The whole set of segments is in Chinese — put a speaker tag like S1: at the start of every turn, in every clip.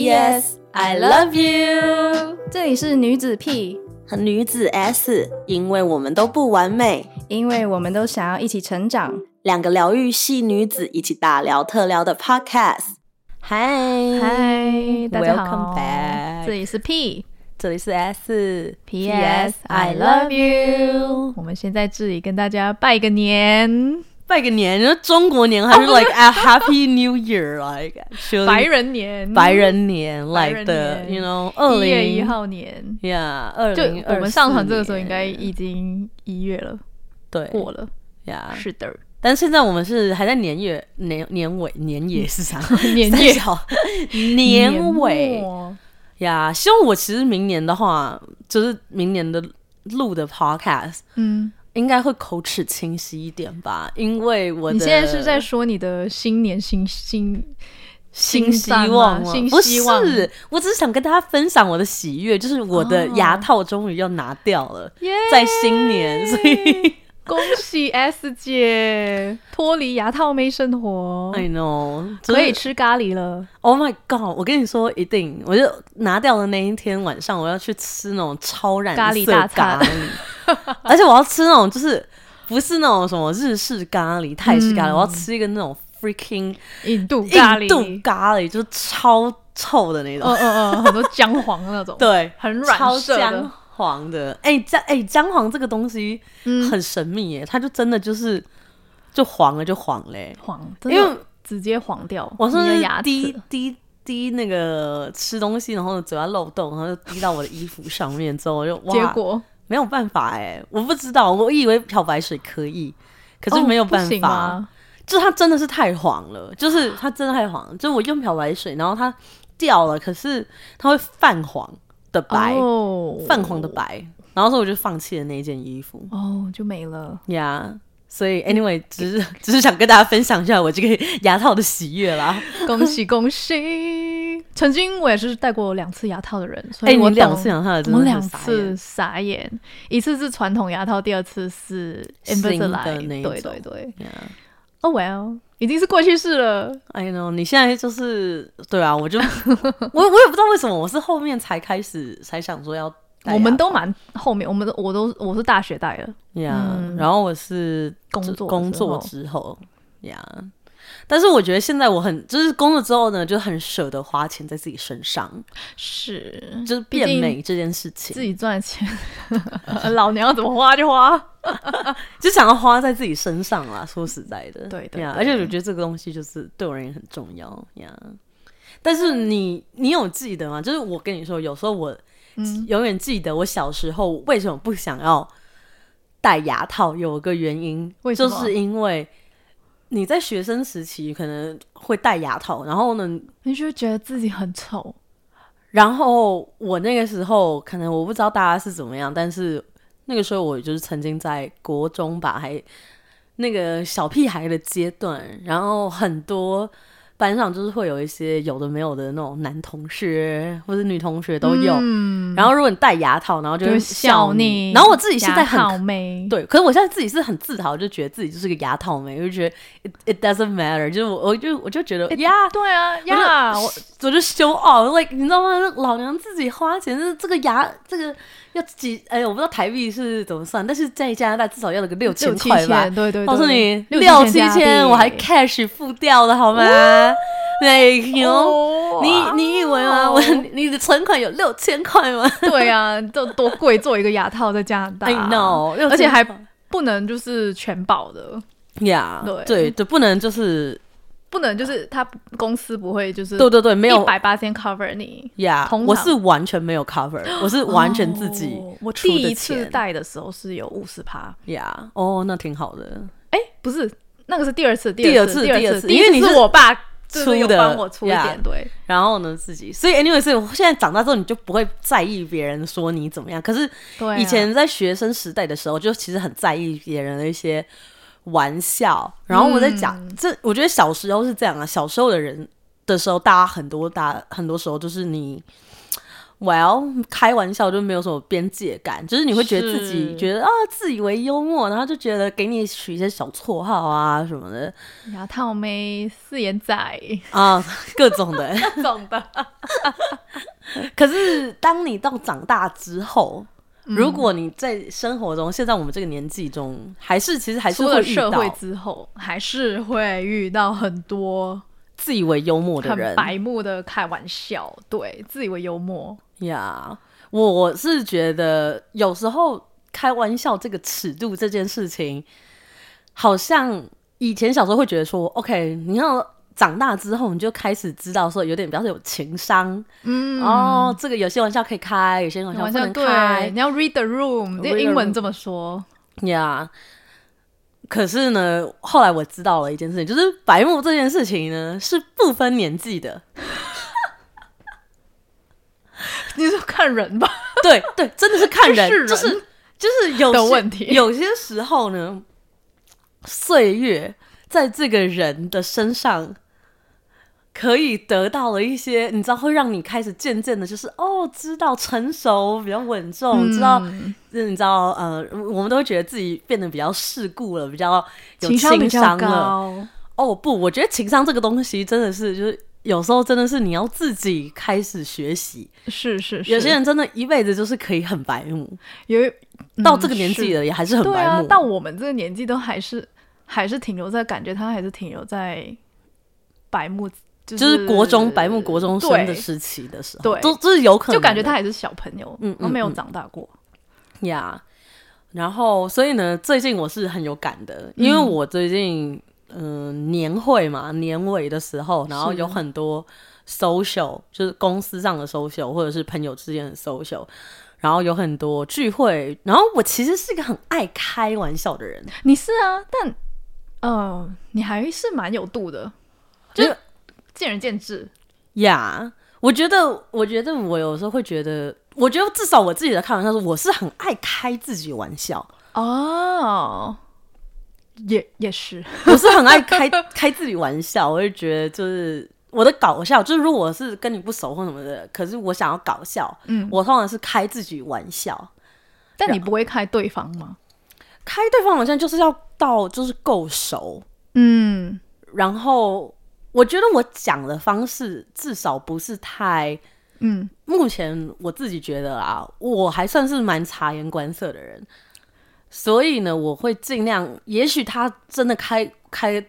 S1: P.S. I love you。
S2: 这里是女子 P，
S3: 和女子 S，因为我们都不完美，
S2: 因为我们都想要一起成长。
S3: 两个疗愈系女子一起大聊特聊的 Podcast。嗨
S1: 嗨，大家好
S3: Welcome back
S1: 这里是 P。
S3: 这里是 S。
S1: P.S. I love you。我们现在这里跟大家拜个年，
S3: 拜个年，就是中国年还是 like a Happy New Year，like actually
S1: 哦 白人年，
S3: 白人年
S1: 白
S3: ，like
S1: 人
S3: the
S1: 年
S3: you know 二
S1: 一月一
S3: 零
S1: 号年。
S3: ，yeah，二
S1: 就
S3: 零
S1: 我们上传这个时候，应该已经一月了，
S3: 对啊
S1: 过了。
S3: 呀
S1: 是的，
S3: 但现在我们是还在年月年年尾年夜是啥？
S1: 嗯 年夜
S3: 三小年尾
S1: 末
S3: 呀。希望我其实明年的话，就是明年的录的 podcast
S1: 嗯，
S3: 应该会口齿清晰一点吧，因为我的
S1: 你现在是在说你的新年新新
S3: 新希
S1: 脏
S3: 望
S1: 吗
S3: 吗？
S1: 新
S3: 不
S1: 希望
S3: 是，我只是想跟大家分享我的喜悦，就是我
S1: 哦
S3: 的牙套终于要拿掉了，
S1: 耶
S3: 在新年，所以
S1: 恭喜 S 姐脱离牙套妹生 活，
S3: I know
S1: 可以
S3: 就是
S1: 吃咖喱了。
S3: Oh my god！我跟你说，一定，我就拿掉的那一天晚上，我要去吃那种超染
S1: 咖喱
S3: 色
S1: 大
S3: 咖
S1: 餐
S3: 喱，而且我要吃那种就是不是那种什么日式咖喱、泰式咖喱，我要吃一个那种 freaking
S1: 印度嗯咖喱，
S3: 印度咖喱，就是超臭的那种，
S1: 嗯嗯嗯，很多姜黄那种，
S3: 对，
S1: 很软
S3: 超
S1: 色的
S3: 姜黄的。哎、姜哎、姜黄这个东西
S1: 嗯
S3: 很神秘耶，它就真的就是就黄了就黄嘞、
S1: 黄，
S3: 因
S1: 真的
S3: 为
S1: 直接黄掉
S3: 我
S1: 你
S3: 上
S1: 的
S3: 次
S1: 牙
S3: 滴
S1: 齿，
S3: 滴滴那个吃东西，然后嘴巴漏洞，然后就滴到我的衣服上面，之后我就哇，
S1: 结果
S3: 没有办法哎、我不知道，我以为漂白水可以，可
S1: 哦
S3: 是没有办法，就它真的是太黄了，就是它真的太黄了，就我用漂白水，然后它掉了，可是它会泛黄的白，
S1: 哦，
S3: 泛黄的白，然后所以我就放弃了那件衣服
S1: 哦，就没了。
S3: 呀。Yeah，所
S1: 嗯
S3: 以，anyway，只是 只是想跟大家分享一下我这个牙套的喜悦啦。
S1: 恭喜恭喜！曾经我也是戴过两次牙套的人，所
S3: 哎、
S1: 以我
S3: 你
S1: 懂
S3: 两次，讲他的真
S1: 我
S3: 的
S1: 两
S3: 很傻眼
S1: 次傻眼，一次是传统牙套，第二次是
S3: 新的
S1: Invisalign，
S3: 那一
S1: 对
S3: 种
S1: 对对。
S3: Yeah.
S1: Oh well，已经是过去式了。
S3: I know，你现在就是对啊， 我就我我也不知道为什么，我是后面才开始才想说要啊戴牙套，
S1: 我们都蛮后面，我们都我都我是大学戴的，
S3: 呀然后我是
S1: 嗯工作的时候
S3: 工作之后呀但是我觉得现在我很就是工作之后呢，就很舍得花钱在自己身上，
S1: 是
S3: 就是
S1: 毕
S3: 变
S1: 竟
S3: 美这件事情，
S1: 自己赚的钱， 老娘要怎么花就花。
S3: 就想要花在自己身上啦。说实在的，
S1: 对对
S3: 呀
S1: 对
S3: 而且我觉得这个东西就是对我而言很重要呀。但是你你有记得吗？就是我跟你说，有时候我
S1: 嗯
S3: 永远记得我小时候为什么不想要戴牙套，有个原因，
S1: 为什
S3: 就
S1: 么
S3: 是因为你在学生时期可能会戴牙套，然后呢，
S1: 你就会觉得自己很丑，
S3: 然后我那个时候可能我不知道大家是怎么样，但是那个时候我就是曾经在国中吧，还那个小屁孩的阶段，然后很多班上就是会有一些有的没有的那种男同学或者女同学都有。
S1: 嗯，
S3: 然后如果你戴牙套，然后就
S1: 就
S3: 会
S1: 会
S3: 笑
S1: 笑
S3: 你。
S1: 你。
S3: 然后我自己现在
S1: 牙套
S3: 很
S1: 妹，
S3: 对，可是我现在自己是很自豪，就觉得自己就是个牙套妹，就觉得 it it doesn't matter，就是我我就我就觉得呀。
S1: 对啊
S3: 我就
S1: 呀，我
S3: 我就 show off，like 你知道吗？老娘自己花钱，这这个牙这个要几？哎，我不知道台币是怎么算，但是在加拿大至少要那个六千
S1: 六七
S3: 块吧
S1: 千，。对对，对
S3: 告诉你，
S1: 六
S3: 七千，我还 cash 付掉了好吗？Like you know，
S1: 哦
S3: 你你以为吗？我 你的存款有六千块吗
S1: 对啊，这多贵，做一个牙套在加拿大
S3: ？I know，
S1: 而且还
S3: 6000
S1: 不能就是全保的，
S3: 呀，
S1: 对
S3: 对对，不能就是
S1: 不能就是他公司不会就是
S3: 对对对，没有
S1: 一百八千 cover 你。
S3: 呀
S1: 通常
S3: 我是完全没有 cover，我是完全自己
S1: 哦我
S3: 出的
S1: 第一次
S3: 钱
S1: 戴的时候是有五十趴，
S3: 呀，哦，那挺好的。
S1: 哎，不是，那个是第二次，
S3: 第
S1: 第
S3: 二次
S1: 次，
S3: 第二
S1: 二
S3: 次
S1: 第一
S3: 因为
S1: 次
S3: 你是
S1: 是我爸
S3: 出
S1: 就是有
S3: 的
S1: 帮我出一
S3: 呀
S1: 点，对，
S3: 然后呢，自己，所以 anyway，所以我现在长大之后，你就不会在意别人说你怎么样。可是
S1: 对啊
S3: 以前在学生时代的时候，就其实很在意别人的一些玩笑。然后我在讲、
S1: 嗯
S3: 这，我觉得小时候是这样啊，小时候的人的时候，大家很多大很多时候就是你 well 开玩笑就没有什么边界感，就是你会觉得自己
S1: 是
S3: 觉得啊自以为幽默，然后就觉得给你取一些小绰号啊什么的
S1: 牙套妹、四眼仔
S3: 啊各种的。
S1: 那种的，
S3: 可是当你到长大之后，如果你在生活中，现在我们这个年纪中，还是其实还是
S1: 出
S3: 会
S1: 了
S3: 遇
S1: 社会
S3: 到
S1: 之后，还是会遇到很多
S3: 自以为幽默的
S1: 很
S3: 人
S1: 白目的开玩笑，对自以为幽默，
S3: 呀。我我是觉得有时候开玩笑这个尺度这件事情，好像以前小时候会觉得说，OK，你要。长大之后，你就开始知道说有点比较有情商、
S1: 嗯
S3: 哦，这个有些玩笑可以开，有些玩笑
S1: 玩
S3: 不
S1: 笑
S3: 能开
S1: 对，，你要 read the room，
S3: the
S1: 这英文
S3: room
S1: 这么说，
S3: 呀可是呢，后来我知道了一件事情，就是白目这件事情呢是不分年纪的。
S1: 你说看人吧，
S3: 对 对，真的是看人，
S1: 是人
S3: 就是就是有
S1: 的
S3: 些
S1: 问题
S3: 有些时候呢，岁月在这个人的身上。可以得到了一些，你知道，会让你开始渐渐的，就是哦，知道成熟，比较稳重，哦知道
S1: 嗯
S3: 就是你知道，呃，我们都会觉得自己变得比较世故了，比较有
S1: 情商比较
S3: 商了。
S1: 高，
S3: 哦不，我觉得情商这个东西真的是，就是有时候真的是你要自己开始学习。
S1: 是是是，
S3: 有些人真的一辈子就是可以很白目，
S1: 有一嗯
S3: 到这个年
S1: 是
S3: 纪了也还是很
S1: 对
S3: 白
S1: 啊，
S3: 目。
S1: 到我们这个年纪都还是还是停留在感觉他还是停留在白目，就
S3: 就是国中白目国中生的
S1: 对
S3: 时期的时候，
S1: 对
S3: 都就是有可能
S1: 就
S3: 的，
S1: 感觉他还是小朋友，
S3: 嗯
S1: 嗯
S3: 嗯，
S1: 他没有
S3: 嗯
S1: 长大过，
S3: 呀。然后，所以呢，最近我是很有感的，因为我最近嗯、呃年会嘛，年尾的时候，然后有很多 social，就是公司上的 social，或者是朋友之间的 social，然后有很多聚会。然后我其实是一个很爱开玩笑的人，
S1: 你是啊，但呃，你还是蛮有度的，
S3: 就
S1: 见仁见智，
S3: 呀我觉得，我觉得我有时候会觉得，我觉得至少我自己的开玩笑是，我是很爱开自己玩笑，
S1: 哦，也也是，
S3: 我是很爱开开自己玩笑，我就觉得就是我的搞笑，就是如果我是跟你不熟或什么的，可是我想要搞笑，
S1: 嗯，
S3: 我通常是开自己玩笑，
S1: 但你不会开对方吗？
S3: 开对方玩笑就是要到就是够熟，
S1: 嗯，
S3: 然后我觉得我讲的方式至少不是太。
S1: 嗯，
S3: 目前我自己觉得啊，我还算是蛮察言观色的人，所以呢，我会尽量。也许他真的开开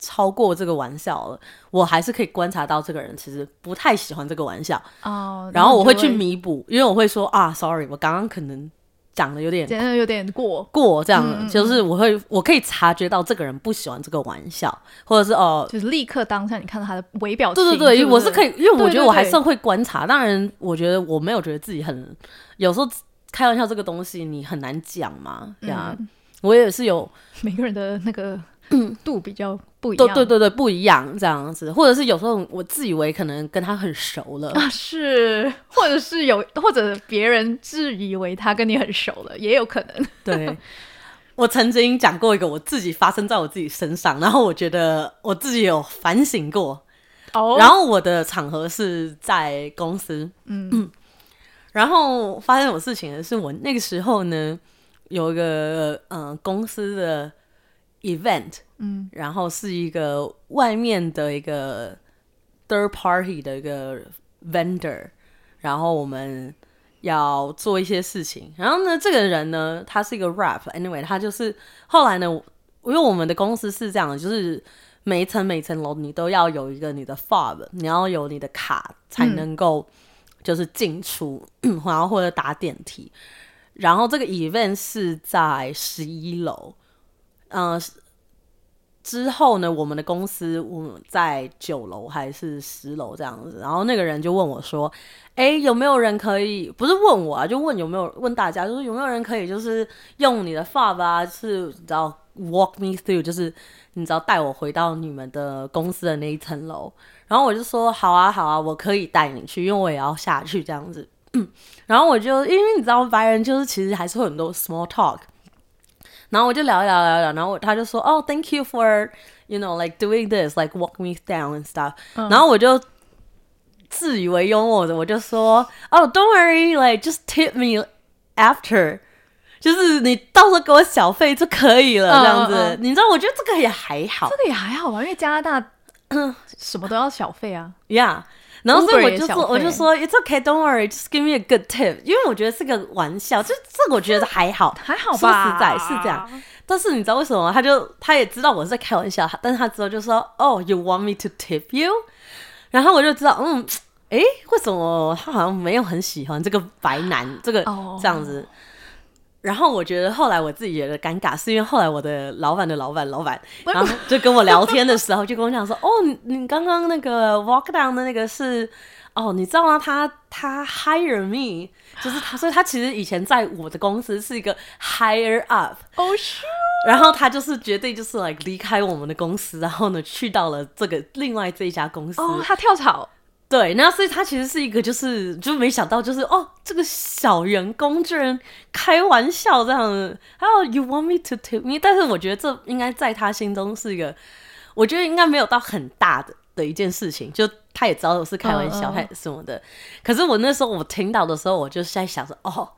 S3: 超过这个玩笑了，我还是可以观察到这个人其实不太喜欢这个玩笑，
S1: 哦，
S3: 然后我会
S1: 会
S3: 去，弥补，因为我会说啊，sorry，我刚刚可能讲的有点
S1: 真的有点过，
S3: 过这样
S1: 嗯
S3: 了，就是我会我可以察觉到这个人不喜欢这个玩笑，或者是哦，
S1: 就是立刻当下你看到他的微表情，
S3: 对对对，我是可
S1: 以，
S3: 以，因为我
S1: 对
S3: 觉得
S1: 对
S3: 我还
S1: 对
S3: 算会观察。当然，我觉得我没有觉得自己很，有时候开玩笑这个东西你很难讲嘛，呀、我也是有，
S1: 嗯每个人的那个度比较不一
S3: 对
S1: 样，
S3: 对对对，不一样这样子，或者是有时候我自以为可能跟他很熟 了，
S1: 啊，是，或者是有，或者别人自以为他跟你很熟了，也有可能。
S3: 对。我曾经讲过一个我自己发生在我自己身上，然后我觉得我自己有反省过，
S1: 哦
S3: 然后我的场合是在公司，嗯然后发生什么事情呢？是我那个时候呢，有一个呃公司的 event，嗯，然后是一个外面的一个 third party 的一个 vendor，然后我们要做一些事情。然后呢，这个人呢，他是一个 rap，anyway，他就是后来呢，因为我们的公司是这样的，就是每一层每一层楼你都要有一个你的 fob，你要有你的卡才能够就是进出，然后或者打电梯。然后这个 event 是在十一楼，嗯、呃，之后呢，我们的公司我们在九楼还是十楼这样子。然后那个人就问我说：“哎，有没有人可以？不是问我啊，就问有没有问大家，就是有没有人可以就是用你的 fob 啊，就是你知道 walk me through，就是你知道带我回到你们的公司的那一层楼。”然后我就说：“好啊，好啊，我可以带你去，因为我也要下去这样子。” 然后我就因为你知道白人就是其实还是会有很多 small talk，然后我就聊一聊聊一聊，然后我他就说哦、t h a n k you
S1: 嗯
S3: for you know like doing this like walk me down and stuff，、然后我就自以为幽默的，我就说哦、oh,，Don't worry，like just tip me after，就是你到时候给我小费就可以了，
S1: 嗯
S3: 这样子。
S1: 嗯
S3: 你知道，我觉得这个也还好
S1: 这个也还好啊吧，因为加 拿大什么都要小费啊。
S3: ，Yeah。然后所以
S1: Uber
S3: 我
S1: 也
S3: 就
S1: 小
S3: 说，我就
S1: 费
S3: 说 It's okay，Don't worry，just give me a good tip，因为我觉得是个玩笑，就这个我觉得还好，
S1: 还好
S3: 说
S1: 吧，
S3: 实在是这样。但是你知道为什么吗？他就他也知道我是在开玩笑，但是他之后就说：“哦、y o u want me to tip you？” 然后我就知道，嗯，诶，为什么他好像没有很喜欢这个白男这个、
S1: 哦
S3: 这样子？然后我觉得后来我自己觉得尴尬，是因为后来我的老板的老板老板，
S1: 喂
S3: 然后就跟我聊天的时候就跟我讲说：“哦，你你刚刚那个 walk down 的那个是。”哦，你知道吗？他他 hire me，就是他，所以他其实以前在我的公司是一个 higher up，
S1: 哦，是
S3: 然后他就是决定就是 like 离开我们的公司，然后呢去到了这个另外这一家公司。
S1: 哦，他跳槽，
S3: 对，那所以他其实是一个就是就没想到就是哦，这个小员工居然开玩笑这样子，还有 you want me to tip me，但是我觉得这应该在他心中是一个，我觉得应该没有到很大的的一件事情，就他也知道我是开玩笑
S1: 嗯嗯
S3: 还什么的。可是我那时候我听到的时候，我就在想说哦。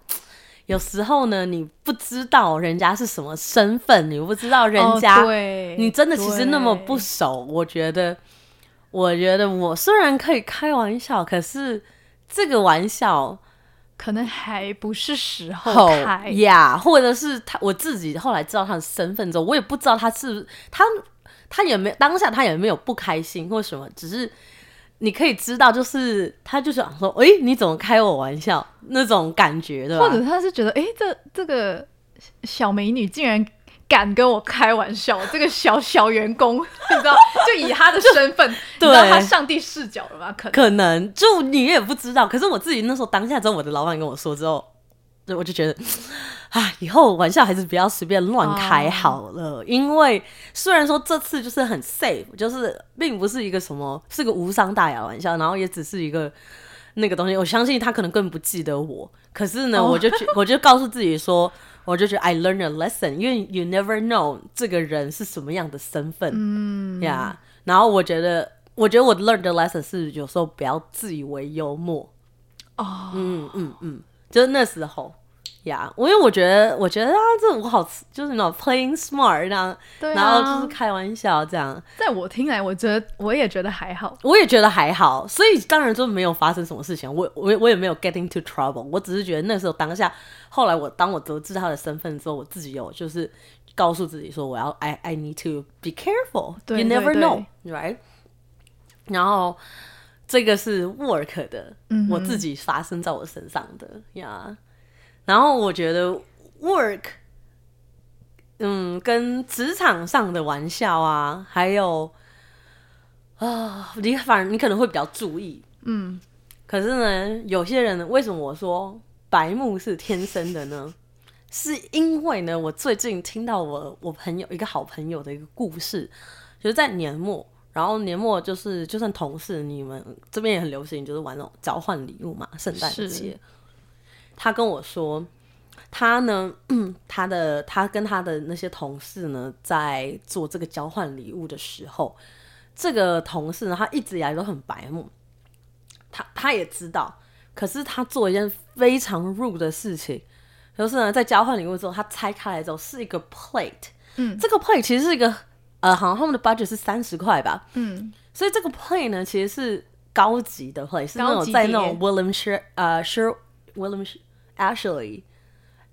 S3: 有时候呢，你不知道人家是什么身份，你不知道人家、
S1: 哦对
S3: 你真的其实那么不
S1: 对
S3: 熟，我觉得，我觉得我虽然可以开玩笑，可是这个玩笑
S1: 可能还不是时候
S3: 后
S1: 开。
S3: 呀或者是他我自己后来知道他的身份之后，我也不知道他是他他也没当下他也没有不开心或什么，只是你可以知道，就是他就想说，诶、你怎么开我玩笑那种感觉，对吧？
S1: 或者他是觉得，诶，这这个小美女竟然敢跟我开玩笑，这个小 小员工，你知道，就以他的身份，你知道
S3: 对
S1: 他上帝视角了吧？可能
S3: 可能就你也不知道。可是我自己那时候当下之后，我的老板跟我说之后，对我就觉得， 啊，以后玩笑还是不要随便乱开好了。因为虽然说这次就是很 safe，就是并不是一个什么，是个无伤大雅玩笑，然后也只是一个。那个东西，我相信他可能更不记得我。可是呢，
S1: 哦
S3: 我就觉我就告诉自己说，我就觉得 I learned a lesson，因为 you never know 这个人是什么样的身份。
S1: 嗯
S3: 呀、然后我觉得，我觉得我 learn 的 lesson 是有时候不要自以为幽默。
S1: 哦
S3: 嗯嗯嗯，就是那时候呀因为我觉得，我觉得啊，这我好就是那种 playing smart 这样，
S1: 对啊
S3: 然后就是开玩笑这样，
S1: 在我听来，我觉得我也觉得还好。
S3: 我也觉得还好，所以当然就没有发生什么事情，我我我也没有 get into trouble，我只是觉得那时候当下，后来我当我得知他的身份之后，我自己有就是告诉自己说，我要 I I need to be careful，you
S1: 对
S3: never
S1: 对对
S3: know，right？然后这个是 work 的，
S1: 嗯哼
S3: 我自己发生在我身上的呀。然后我觉得 work，嗯，跟职场上的玩笑啊，还有啊、你反而你可能会比较注意。
S1: 嗯，
S3: 可是呢，有些人为什么我说白目是天生的呢？是因为呢，我最近听到我我朋友一个好朋友的一个故事，就是在年末，然后年末就是就算同事，你们这边也很流行，就是玩那种交换礼物嘛，圣诞
S1: 是
S3: 节。他跟我说，他呢， 他的他跟他的那些同事呢，在做这个交换礼物的时候，这个同事呢，他一直以来都很白目，他他也知道，可是他做一件非常 rude 的事情，就是呢，在交换礼物之后，他拆开来之后是一个 plate，
S1: 嗯
S3: 这个 plate 其实是一个呃，好像他们的 budget 是三十块吧，
S1: 嗯，
S3: 所以这个 play 呢，其实是高级的 play，是那
S1: 高
S3: 种
S1: 级
S3: 在
S1: 碟
S3: 那种 William Sher 呃 Sher William Sher- Ashley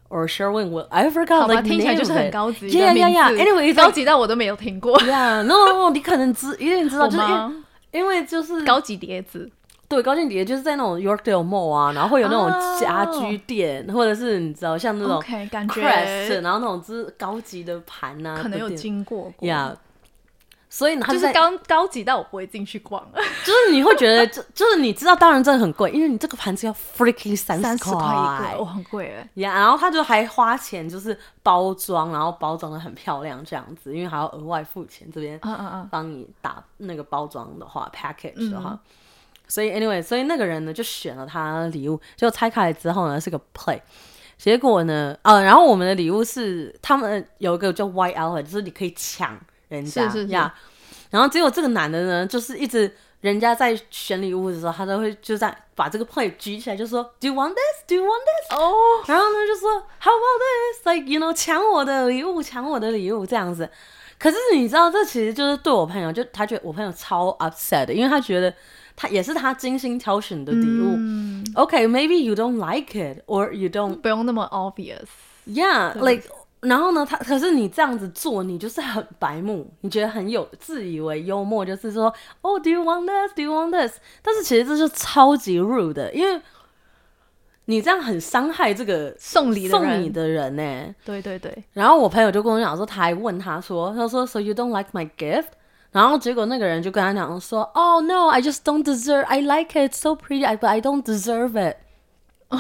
S3: or Sherwin Will I forgot
S1: 好吧，
S3: like
S1: 听起来
S3: name
S1: 就是很
S3: it
S1: 高级的
S3: Yeah
S1: 名
S3: yeah
S1: 字
S3: yeah. Anyway，
S1: 高级到我都没有听过。
S3: Yeah. No no no，你可能知一定知道，
S1: 好
S3: 就是因为
S1: 吗？
S3: 因为就是
S1: 高级碟子，
S3: 对高间谍就是在那种 Yorkdale Mall 啊，然后会有那种
S1: 哦
S3: 家居店，或者是你知道像那种
S1: OK，感觉
S3: Crest，然后那种就是高级的盘啊，
S1: 可能有
S3: 的店
S1: 经过过。
S3: Yeah。所以呢，他
S1: 就是
S3: 在
S1: 高高级到我不会进去逛了，
S3: 就是你会觉得，就就是你知道，当然这很贵，因为你这个盘子要 freaking 三
S1: 三
S3: 十
S1: 十块一个，哇，很贵哎。
S3: 呀然后他就还花钱，就是包装，然后包装的很漂亮这样子，因为还要额外付钱这边
S1: 嗯嗯嗯，
S3: 帮你打那个包装的话，package 的话。所以 anyway，所以那个人呢就选了他礼物，结果拆开来之后呢是个 play，结果呢，呃，然后我们的礼物是他们有一个叫 white elephant，就是你可以抢人家
S1: 是是是
S3: 呀。然后结果这个男的呢，就是一直人家在选礼物的时候，他都会就在把这个 plate 举起来，就说 Do you want this? Do you want this?
S1: 哦，
S3: 然后呢就说 How about this? Like you know，抢我的礼物，抢我的礼物这样子。可是你知道，这其实就是对我朋友，就他觉得我朋友超 upset 的，因为他觉得他也是他精心挑选的礼物。OK，maybe、you don't like it or you don't
S1: 嗯不用那么 obvious。
S3: Yeah，like，然后呢，他可是你这样子做，你就是很白目，你觉得很有自以为幽默，就是说，哦、d o you want this？Do you want this？但是其实这是超级 rude 的，因为你这样很伤害这个
S1: 送礼的人
S3: 送你的人呢、
S1: 对对对，
S3: 然后我朋友就跟我讲说，他还问他说，他说，So you don't like my gift？然后结果那个人就跟他讲说，Oh no，I just don't deserve. I like it it's so pretty, I- but I don't deserve it.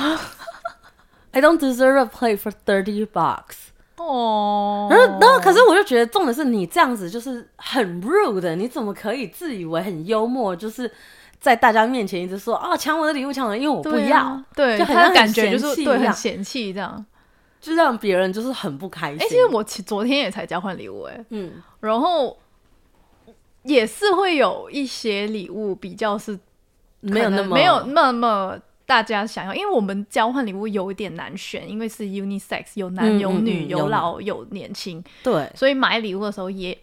S3: I don't deserve a plate for thirty bucks.
S1: 哦，
S3: 然后，然后，可是我就觉得重点是你这样子就是很 rude 的，你怎么可以自以为很幽默，就是在大家面前一直说啊抢我的礼物，抢我的，因为我不
S1: 对
S3: 要，
S1: 啊对，
S3: 就很
S1: 他
S3: 像
S1: 的感觉就是
S3: 很嫌弃一
S1: 对很
S3: 样
S1: 嫌弃这样。
S3: 就让别人就是很不开心。
S1: 哎、其实我其昨天也才交换礼物哎、
S3: 嗯，
S1: 然后也是会有一些礼物比较是
S3: 没有
S1: 可
S3: 那
S1: 能
S3: 么
S1: 没有那么大家想要，因为我们交换礼物有一点难选，因为是 unisex，有男
S3: 嗯
S1: 有
S3: 嗯
S1: 女，
S3: 嗯有
S1: 有老有年轻，
S3: 对，
S1: 所以买礼物的时候也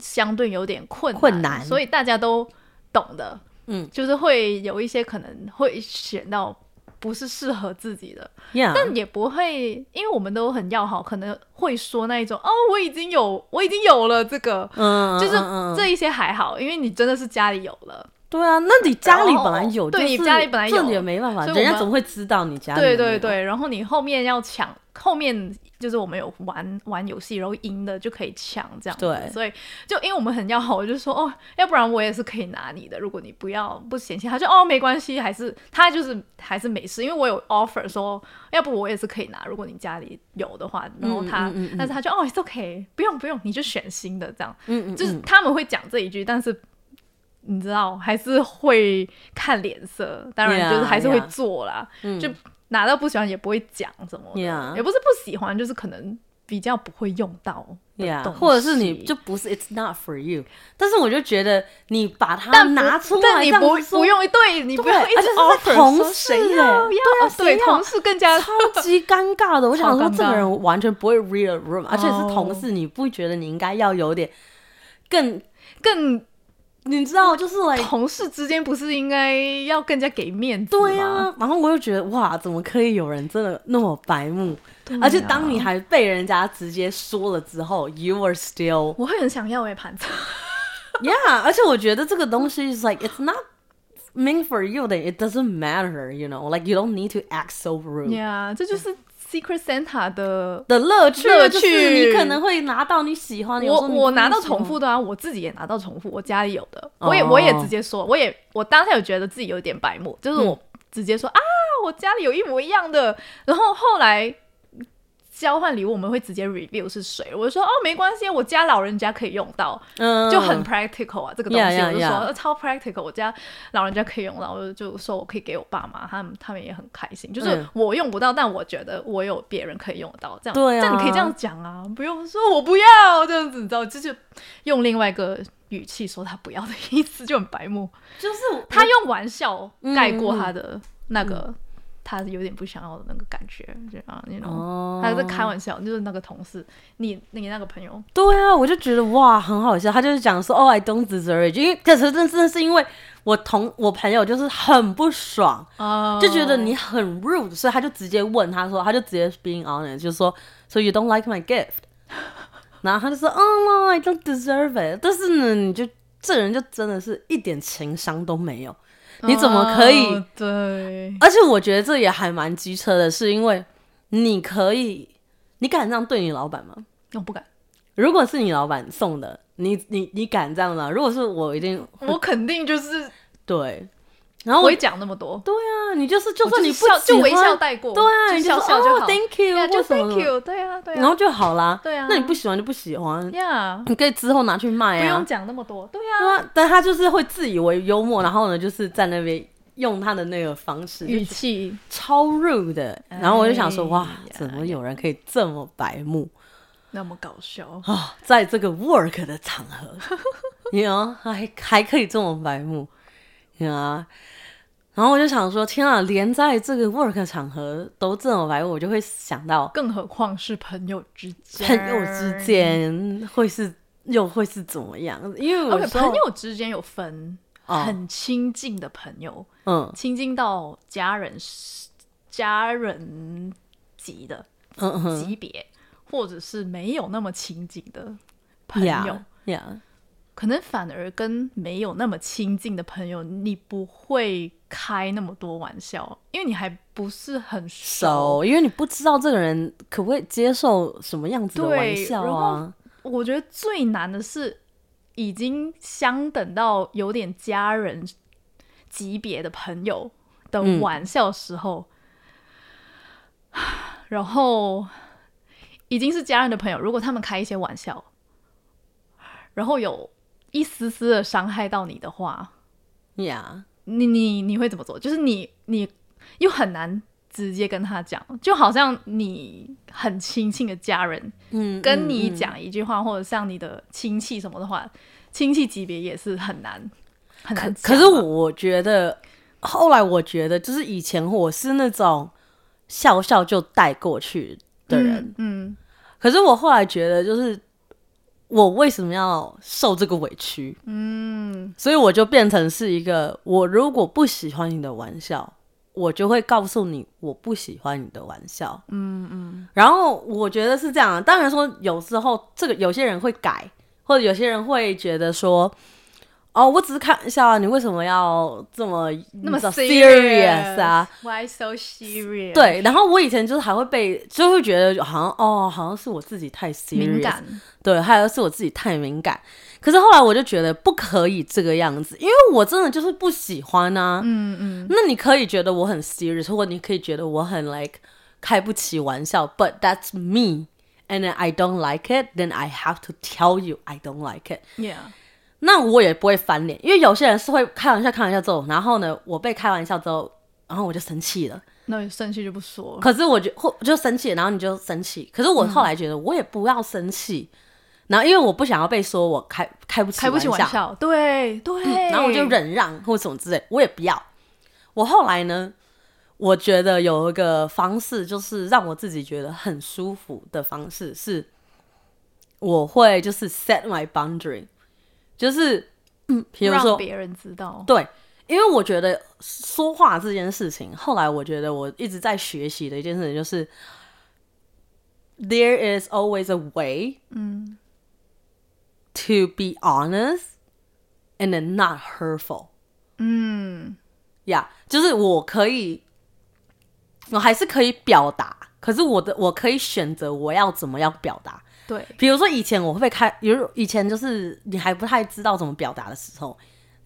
S1: 相对有点困
S3: 困难
S1: 所以大家都懂的，
S3: 嗯
S1: 就是会有一些可能会选到不是适合自己的，
S3: ，yeah,
S1: 但也不会，因为我们都很要好，可能会说那一种哦，我已经有，我已经有了这个，
S3: 嗯，
S1: 就是
S3: 嗯嗯
S1: 这一些还好，因为你真的是家里有了，
S3: 对啊，那你家里本来有，
S1: 对
S3: 就是
S1: 你家里本来有
S3: 这也没办法，
S1: 所以我们
S3: 人家怎么会知道你家里有没
S1: 对
S3: 有？
S1: 对对，然后你后面要抢，后面就是我们有玩玩游戏，然后赢的就可以抢这样子，
S3: 对
S1: 所以就因为我们很要好，我就说哦，要不然我也是可以拿你的，如果你不要不嫌弃，他就哦没关系，还是他就是还是没事，因为我有 offer 说，要不我也是可以拿，如果你家里有的话，然后他，
S3: 嗯嗯嗯嗯
S1: 但是他就哦 it's okay，不用不用，你就选新的这样，
S3: 嗯，嗯嗯，
S1: 就是他们会讲这一句，但是你知道还是会看脸色，当然
S3: Yeah,
S1: 就是还是会
S3: yeah.
S1: 做啦
S3: 嗯
S1: 就拿到不喜欢也不会讲什么的
S3: Yeah
S1: 也不是不喜欢，就是可能比较不会用到的
S3: Yeah，
S1: 东西
S3: 或者是你就不是 It's not for you，但是我就觉得你把它
S1: 但不
S3: 啊拿出来，
S1: 但你
S3: 这样
S1: 不
S3: 子说
S1: 不用对你不用
S3: 对
S1: 一
S3: 而且
S1: 直
S3: 是在
S1: offer
S3: 同
S1: 说
S3: 事
S1: 谁
S3: 欸
S1: 要
S3: 对
S1: 要
S3: 啊
S1: 哦对
S3: 谁要
S1: 同事更加
S3: 超级尴尬 的。我想说，
S1: 超尴尬
S3: 这个人完全不会 read a room，而且
S1: 哦
S3: 是同事，你不觉得你应该要有点更，
S1: 更
S3: 你知道，就是来、
S1: 同事之间不是应该要更加给面子吗？
S3: 对啊。然后我就觉得，哇，怎么可以有人真的那么白目？
S1: 对啊，
S3: 而且当你还被人家直接说了之后，you are still
S1: 我会很想要哎盘子，
S3: yeah。而且我觉得这个东西是 like it's not。Mean for you, then it doesn't matter, you know. Like you don't need to act so rude.
S1: 呀，这就是 Secret Santa 的
S3: 的乐趣，
S1: 乐
S3: 就
S1: 趣
S3: 是你可能会拿到你喜欢的。有时
S1: 我
S3: 候你不
S1: 我拿到
S3: 喜欢
S1: 重复的啊，我自己也拿到重复，我家里有的，
S3: 哦
S1: 我也我也直接说，我也我当下有觉得自己有点白目，
S3: 嗯
S1: 就是我直接说、啊，我家里有一模一样的，然后后来。交换礼物我们会直接 review 是谁，我就说哦没关系，我家老人家可以用到，
S3: 嗯，
S1: 就很 practical 啊这个东西
S3: Yeah, yeah,
S1: 我就说
S3: yeah.
S1: 呃超 practical，我家老人家可以用到，我就就说我可以给我爸妈，他们他们也很开心，就是
S3: 嗯
S1: 我用不到，但我觉得我有别人可以用得到，这样
S3: 对啊
S1: 但你可以这样讲啊，不用说我不要这样子，你知道，就是用另外一个语气说他不要的意思，就很白目。
S3: 就是
S1: 他用玩笑
S3: 嗯
S1: 盖过他的那个、他有点不想要的那个感觉，这样那种。
S3: 哦
S1: 他在开玩笑，就是那个同事，你你那个朋友，
S3: 对啊，我就觉得哇，很好笑。他就是讲说，哦、i don't deserve it，因为可是真真的是因为我同我朋友就是很不爽，
S1: 哦
S3: 就觉得你很 rude，所以他就直接问他说，他就直接 being honest，就说，so you don't like my gift，然后他就说，哦、no, I don't deserve it。但是呢，你就这人就真的是一点情商都没有，你怎么可以？
S1: 哦对，
S3: 而且我觉得这也还蛮机车的，是因为你可以，你敢这样对你老板吗？
S1: 我不敢，
S3: 如果是你老板送的，你你你敢这样吗？如果是我，一定
S1: 我肯定就是
S3: 对。然后哦
S1: 不
S3: 我
S1: 会讲那么多，
S3: 对啊，你就是就算你
S1: 我
S3: 不
S1: 就是笑
S3: 喜
S1: 就
S3: 欢
S1: 微笑带过，
S3: 对啊，你
S1: 就笑
S3: 说
S1: 笑就
S3: 哦
S1: 好。
S3: ，Thank you，
S1: Yeah，就
S3: 或什么
S1: Thank you，对啊，对
S3: 然后
S1: 啊，
S3: 就好啦。
S1: 对啊
S3: 那你不喜欢就不喜欢，
S1: 呀，
S3: 你可以之后拿去卖
S1: 不用
S3: 啊。
S1: 讲那么多，对
S3: 对
S1: 啊，
S3: 啊，但他就是会自以为幽默，然后呢，就是在那边用他的那个方式，就
S1: 语气
S3: 超 rude 的。然后我就想说，
S1: 哎
S3: 哇
S1: 呀，
S3: 怎么有人可以这么白目
S1: 那么搞笑，
S3: 啊？ 在这个 work 的场合，你哦还还可以这么白目，啊。然后我就想说，天啊，连在这个 work 场合都这种白目，我就会想到
S1: 更何况是朋友之间，
S3: 朋友之。间会是又会是怎么样？因为我
S1: OK，
S3: 说
S1: 朋友之间有分
S3: 哦
S1: 很亲近的朋友，
S3: 嗯
S1: 亲近到家人家人级的
S3: 嗯嗯
S1: 级别，或者是没有那么亲近的朋友
S3: 呀呀，
S1: 可能反而跟没有那么亲近的朋友，你不会开那么多玩笑，因为你还不是很熟。
S3: 熟，因为你不知道这个人可不可以接受什么样子的玩
S1: 对
S3: 笑
S1: 然
S3: 啊
S1: 后。我觉得最难的是，已经相等到有点家人级别的朋友的
S3: 嗯
S1: 玩笑时候，然后已经是家人的朋友，如果他们开一些玩笑，然后有一丝丝的伤害到你的话，
S3: 呀
S1: 你你你会怎么做？就是你你又很难直接跟他讲，就好像你很亲近的家人
S3: 嗯，
S1: 跟
S3: 嗯
S1: 你
S3: 嗯
S1: 讲一句话，或者像你的亲戚什么的话，亲戚级别也是很难很
S3: 可
S1: 难讲啊。
S3: 可是我觉得，后来我觉得，就是以前我是那种笑笑就带过去的人，
S1: 嗯，
S3: 可是我后来觉得，就是我为什么要受这个委屈？嗯，所以我就变成是一个，我如果不喜欢你的玩笑，我就会告诉你我不喜欢你的玩笑。嗯嗯。然后我觉得是这样啊，当然说有时候这个有些人会改，或者有些人会觉得说。哦，我只是看一下啊，你为什么要这么
S1: 那么
S3: serious 啊？
S1: ，Why so serious？，
S3: 对，然后我以前就是还会被，就会觉得好像哦，好像是我自己太 serious，
S1: 敏感，
S3: 对，还有是我自己太敏感。可是后来我就觉得不可以这个样子，因为我真的就是不喜欢啊。
S1: 嗯嗯，
S3: 那你可以觉得我很 serious，或你可以觉得我很 like 开不起玩笑，but that's me。And then I don't like it, then I have to tell you I don't like it。
S1: ，Yeah，
S3: 那我也不会翻脸，因为有些人是会开玩笑开玩笑之后，然后呢，我被开玩笑之后，然后我就生气了。
S1: 那你生气就不说了。
S3: 可是我觉或就生气，然后你就生气。可是
S1: 嗯
S3: 我后来觉得我也不要生气，然后因为我不想要被说我开开不起
S1: 开不起玩笑，对对、
S3: 嗯然后我就忍让或什么之类，我也不要。我后来呢，我觉得有一个方式，就是让我自己觉得很舒服的方式是，我会就是 set my boundary，就是嗯，比如说
S1: 让别人知道，
S3: 对，因为我觉得说话这件事情，后来我觉得我一直在学习的一件事情就是，there is always a way，
S1: 嗯
S3: to be honest and then not hurtful。
S1: 嗯
S3: 呀就是我可以，我还是可以表达，可是我的我可以选择我要怎么样表达。
S1: 对，
S3: 比如说以前我会被开，比如以前就是你还不太知道怎么表达的时候，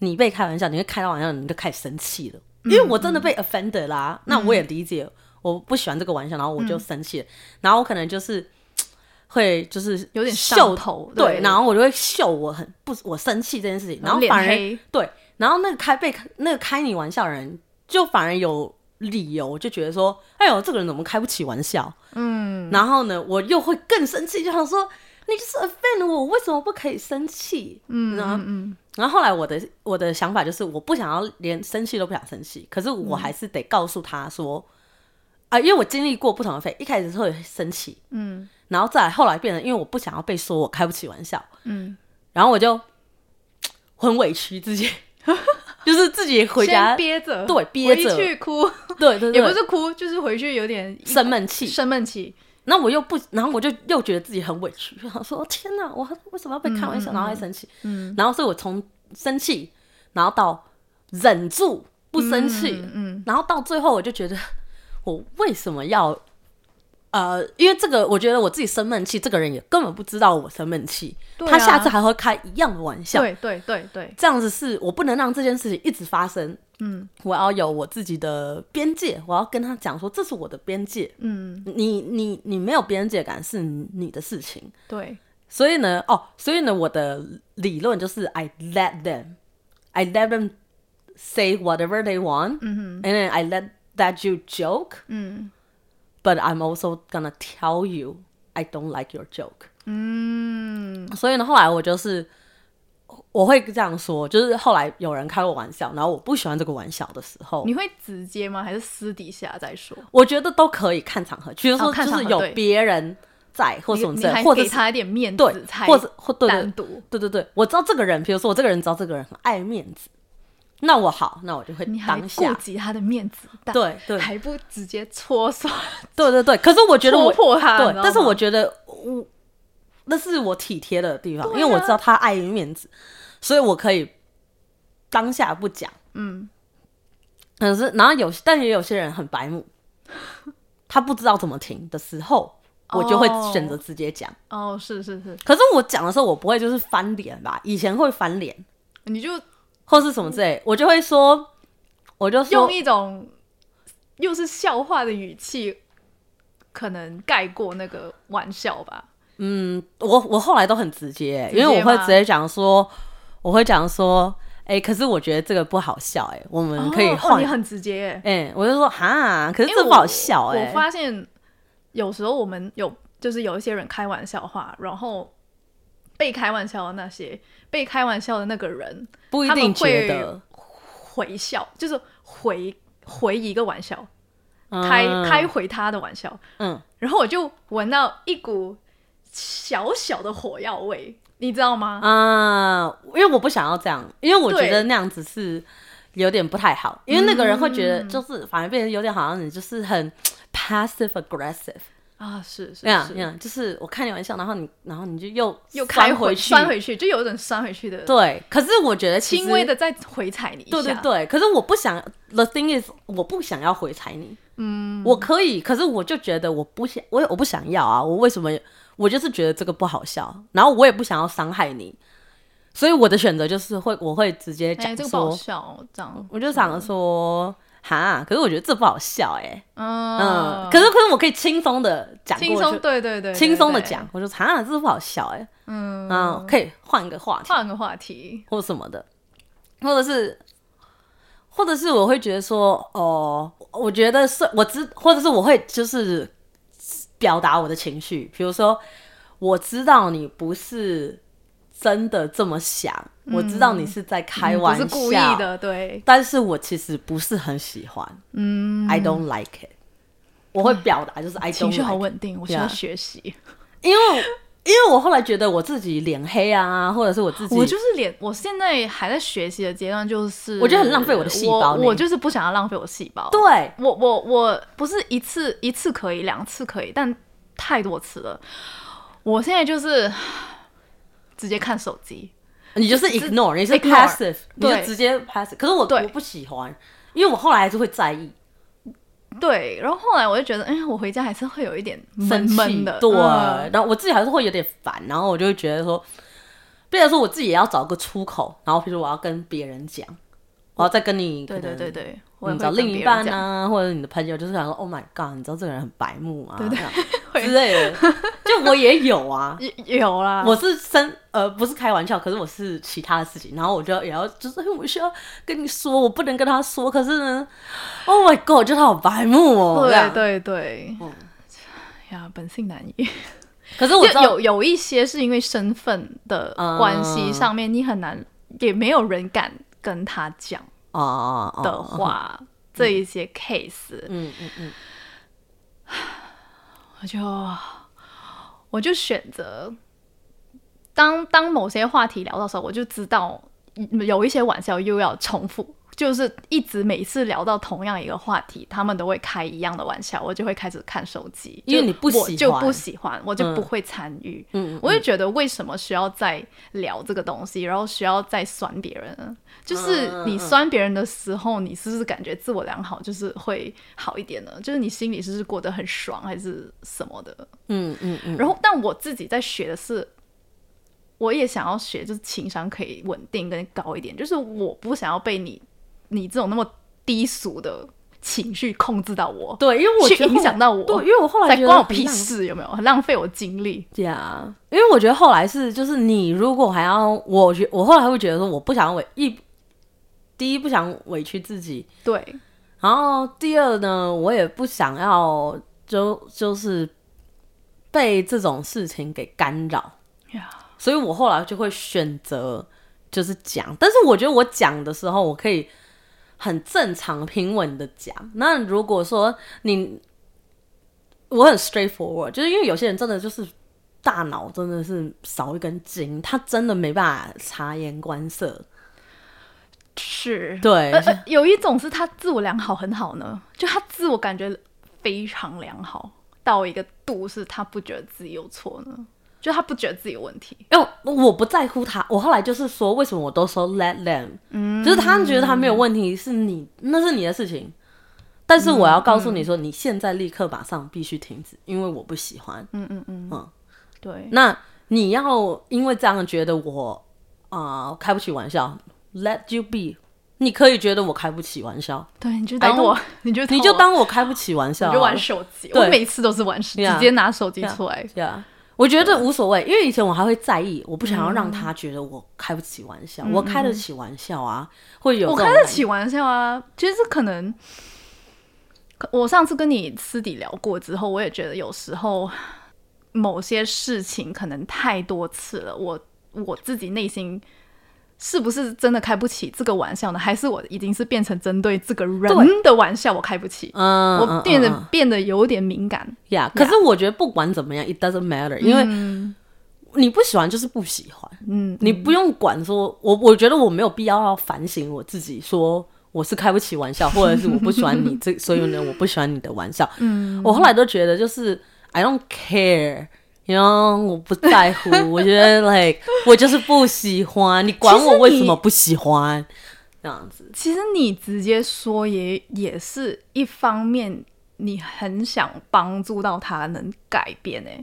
S3: 你被开玩笑，你会开到玩笑，你就开始生气了，
S1: 嗯
S3: 因为我真的被 offended 啦，那我也理解，我不喜欢这个玩笑，然后我就生气了，然后我可能就是嘖会就是
S1: 有点
S3: 秀
S1: 上头
S3: 对，
S1: 对
S3: 然后我就会秀我很不我生气这件事情，然后
S1: 脸
S3: 反而
S1: 黑
S3: 对，然后那个开被那个开你玩笑的人就反而有理由，就觉得说，哎呦，这个人怎么开不起玩笑？
S1: 嗯，
S3: 然后呢，我又会更生气，就想说你就是 offend 我，为什么不可以生气？嗯，然后，
S1: 嗯
S3: 然后后来我的我的想法就是，我不想要连生气都不想生气，可是我还是得告诉他说，啊、因为我经历过不同的 f 一开始是会生气，
S1: 嗯
S3: 然后再来后来变成，因为我不想要被说我开不起玩笑，
S1: 嗯，
S3: 然后我就很委屈自己， 就是自己回家
S1: 先，憋着，
S3: 对憋着
S1: 回去哭，
S3: 对对对，
S1: 也不是哭，就是回去有点
S3: 生闷气，
S1: 生闷气，
S3: 那我又不，然后我就又觉得自己很委屈，就想说天哪，我为什么要被开玩笑，然后还生气，
S1: 嗯
S3: 然后所以我从生气，然后到忍住不生气，
S1: 嗯
S3: 然后到最后我就觉得我为什么要，呃，因为这个我觉得我自己生闷气，这个人也根本不知道我生闷气，
S1: 对啊
S3: 他下次还会开一样的玩笑，
S1: 对对对对，
S3: 这样子是我不能让这件事情一直发生，
S1: 嗯
S3: 我要有我自己的边界，我要跟他讲说这是我的边界，
S1: 嗯
S3: 你你你没有边界感是你的事情，
S1: 对，
S3: 所以呢，哦，所以呢，我的理论就是 I let them, I let them say whatever they want,
S1: 嗯
S3: and then I let that you joke,
S1: 哼嗯
S3: but I'm also gonna tell you I don't like your joke.
S1: 嗯
S3: 所以呢，后来我就是我会这样说，就是后来有人开过玩笑，然后我不喜欢这个玩笑的时候
S1: 你，会直接吗？还是私底下再说？
S3: 我觉得都可以看场合，比如说
S1: 哦看
S3: 就
S1: 场合
S3: 是有
S1: 对
S3: 别人在，或
S1: 你
S3: 什么之
S1: 你
S3: 类，
S1: 还
S3: 或者
S1: 给
S3: 是
S1: 他一点面
S3: 对
S1: 子才，
S3: 或者或对对
S1: 单独。
S3: 对对对，我知道这个人，比如说我这个人知道这个人很爱面子，那我好，那我就会
S1: 你还
S3: 当
S1: 顾
S3: 下，
S1: 及他的面子大，
S3: 对对
S1: 还不直接 戳穿、
S3: 对对对。可是我觉得
S1: 戳
S3: 我
S1: 破他。你
S3: 对
S1: 知道，
S3: 但是
S1: 吗
S3: 我觉得我那是我体贴的地方，
S1: 对啊
S3: 因为我知道他碍于面子，所以我可以当下不讲。
S1: 嗯，
S3: 可是然后有，但也有些人很白目， 他不知道怎么停的时候，我就会
S1: 哦
S3: 选择直接讲。
S1: 哦，是是是，
S3: 可是我讲的时候，我不会就是翻脸吧？以前会翻脸
S1: 你就
S3: 或是什么之类，我就会说，我就说
S1: 嗯用一种又是笑话的语气，可能盖过那个玩笑吧。
S3: 嗯，我我后来都很直接欸、
S1: 直接
S3: 因为我会直
S1: 吗
S3: 接讲说，我会讲说，哎、可是我觉得这个不好笑、欸，哎，我们可以
S1: 哦哦，
S3: 换，
S1: 你
S3: 哎、
S1: 很直接耶。
S3: 我就说哈，可是
S1: 因
S3: 这
S1: 为
S3: 不好笑、
S1: 我
S3: 欸，哎，
S1: 发现有时候我们有就是有一些人开玩笑话，然后被开玩笑的那些被开玩笑的那个人
S3: 不一
S1: 他们
S3: 定觉
S1: 会
S3: 得
S1: 回笑，就是回回一个玩笑，开、开，回他的玩笑，
S3: 嗯
S1: 然后我就闻到一股小小的火药味，你知道吗？
S3: 嗯啊，因为我不想要这样，因为我觉
S1: 对
S3: 得那样子是有点不太好，因为那个人会觉得
S1: 嗯
S3: 就是反而变得有点好像你就是很 passive aggressive，
S1: 啊，是是
S3: 那样
S1: 是，
S3: 那样，就是我看你玩笑，然后你然后你就又
S1: 又
S3: 翻
S1: 开
S3: 回去，
S1: 翻回去，就有一种翻回去的，
S3: 对，可是我觉得其
S1: 轻
S3: 实
S1: 微的再回踩你一下，
S3: 对对对，可是我不想，the thing is，我不想要回踩你。嗯，我可以，可是我就觉得我不想，我也我不想要啊！我为什么？我就是觉得这个不好笑，然后我也不想要伤害你，所以我的选择就是会，我会直接讲
S1: 哎，这个不
S3: 说，
S1: 好笑哦，这样，
S3: 我就想着说，哈，可是我觉得这不好笑、欸，哎，
S1: 嗯
S3: 嗯，可是可是我可以轻松的讲过去，
S1: 轻松，对对对，
S3: 轻松的
S1: 对，
S3: 讲，我就哈，这不好笑、欸，哎，
S1: 嗯，
S3: 嗯，可以换个话题，
S1: 换个话题，嗯
S3: 或什么的，或者是，或者是我会觉得说，哦，我觉得是我知，或者是我会就是表达我的情绪，比如说，我知道你不是真的这么想，我知道你是在开
S1: 嗯不
S3: 玩笑，
S1: 是故意的，对，
S3: 但是我其实不是很喜欢，嗯，I don't like it。我会表达就是 I don't
S1: 情绪好
S3: like it
S1: 稳定，我需要
S3: Yeah
S1: 学习。
S3: 因为因为我后来觉得我自己脸黑啊，或者是我自己，
S1: 我就是脸，我现在还在学习的阶段，就是
S3: 我觉得很浪费我的细胞
S1: 我
S3: 呢
S1: 我就是不想要浪费我细胞。，
S3: 对，
S1: 我我我不是一次一次可以，两次可以，但太多次了。我现在就是直接看手机，
S3: 你就是 ignore，你是
S1: ignore，
S3: passive，你
S1: 对
S3: 就直接 passive。可是我
S1: 对
S3: 我不喜欢，因为我后来还是会在意。
S1: 对。然后后来我就觉得，哎，我回家还是会有一点闷
S3: 生气
S1: 闷的，
S3: 对，
S1: 嗯
S3: 然后我自己还是会有点烦，然后我就会觉得说，变成说我自己也要找个出口，然后比如说我要跟别人讲，我要再跟你
S1: 对对对
S3: 对，
S1: 对，我也
S3: 你
S1: 会
S3: 找
S1: 跟
S3: 另
S1: 别
S3: 一
S1: 人
S3: 半
S1: 讲，
S3: 啊，或者你的朋友，就是想说，Oh my god，你知道这个人很白目啊，
S1: 对对
S3: 这样
S1: 会
S3: 之类 的，就我也有啊。
S1: 也有啦，
S3: 我是生呃不是开玩笑，可是我是其他的事情，然后我就也要就是 哎我需要跟你说，我不能跟他说，可是呢，Oh my God，就他好白目哦，这
S1: 对
S3: 样。
S1: 对对
S3: 嗯，
S1: 呀，本性难移。
S3: 可是我知
S1: 就
S3: 道
S1: 有有一些是因为身份的关系
S3: 嗯
S1: 上面，你很难，也没有人敢跟他讲
S3: 啊啊啊
S1: 的，话，这一些 case，、
S3: 嗯嗯嗯，
S1: 我就我就选择当当某些话题聊到的时候，我就知道有一些玩笑又要重复。就是一直每次聊到同样一个话题，他们都会开一样的玩笑，我就会开始看手机，
S3: 因为
S1: 就
S3: 你不
S1: 我
S3: 喜
S1: 就
S3: 欢
S1: 不喜欢，我就
S3: 嗯
S1: 不会参与。
S3: 嗯嗯
S1: 我就觉得为什么需要再聊这个东西，然后需要再酸别人呢？
S3: 嗯
S1: 就是你酸别人的时候，你是不是感觉自我良好就是会好一点呢？就是你心里是不是过得很爽还是什么的？
S3: 嗯嗯嗯，
S1: 然后，但我自己在学的是，我也想要学，就是情商可以稳定跟高一点，就是我不想要被你你这种那么低俗的情绪控制到我，
S3: 对，因为我
S1: 去
S3: 觉得
S1: 影响到我，
S3: 对，因为我后来
S1: 在
S3: 觉得
S1: 关我
S3: 很
S1: 屁
S3: 浪
S1: 事，有没有？很浪费我精力。
S3: 对啊，因为我觉得后来是，就是你如果还要，我觉我后来会觉得说，我不想委一，第一不想委屈自己，
S1: 对，
S3: 然后第二呢，我也不想要就就是被这种事情给干扰
S1: 呀，
S3: 所以我后来就会选择就是讲，但是我觉得我讲的时候，我可以很正常平稳的讲。那如果说你，我很 straightforward，就是因为有些人真的就是大脑真的是少一根筋，他真的没办法察言观色。
S1: 是，
S3: 对，
S1: 呃呃，有一种是他自我良好很好呢，就他自我感觉非常良好，到一个度是他不觉得自己有错呢，就他不觉得自己有问题。
S3: 因为哦我不在乎他，我后来就是说，为什么我都说 let them，、就是
S1: 嗯
S3: 他们觉得他没有问题，是你那是你的事情，但是我要告诉你说，你现在立刻马上必须停止，因为我不喜欢。
S1: 嗯嗯嗯
S3: 嗯
S1: 对，
S3: 那你要因为这样觉得我啊、呃开不起玩笑，let you be，你可以觉得我开不起玩 笑，
S1: 对，你就当我
S3: I，
S1: 哎你就
S3: 你就
S1: 我
S3: 当我开不起玩笑啊、
S1: 你就玩手机，
S3: 对
S1: 我每次都是玩手，
S3: Yeah
S1: 直接拿手机出来。
S3: 对啊，我觉得无所谓，因为以前我还会在意，我不想要
S1: 嗯
S3: 让他觉得我开不起玩笑，我开得起玩笑啊，会有
S1: 我
S3: 这
S1: 开
S3: 种
S1: 得
S3: 感
S1: 起玩笑啊，其实可能，可我上次跟你私底聊过之后，我也觉得有时候某些事情可能太多次了，我我自己内心。是不是真的开不起这个玩笑呢？还是我已经是变成针对这个人的玩笑，我开不起，
S3: 嗯，
S1: 我变得、
S3: 嗯嗯嗯
S1: 变得有点敏感。
S3: 呀。可是我觉得不管怎么样，it doesn't matter，因为你不喜欢就是不喜欢，
S1: 嗯，
S3: 你不用管说，我我觉得我没有必要要反省我自己说。我是开不起玩笑，或者是我不喜欢你这， 所以呢，我不喜欢你的玩笑。嗯，我后来都觉得就是 I don't care，you know，我不在乎。我觉 得 like 我就是不喜欢，你管
S1: 其实
S3: 我为
S1: 你
S3: 什么不喜欢，这样子。
S1: 其实你直接说也也是一方面，你很想帮助到他能改变哎、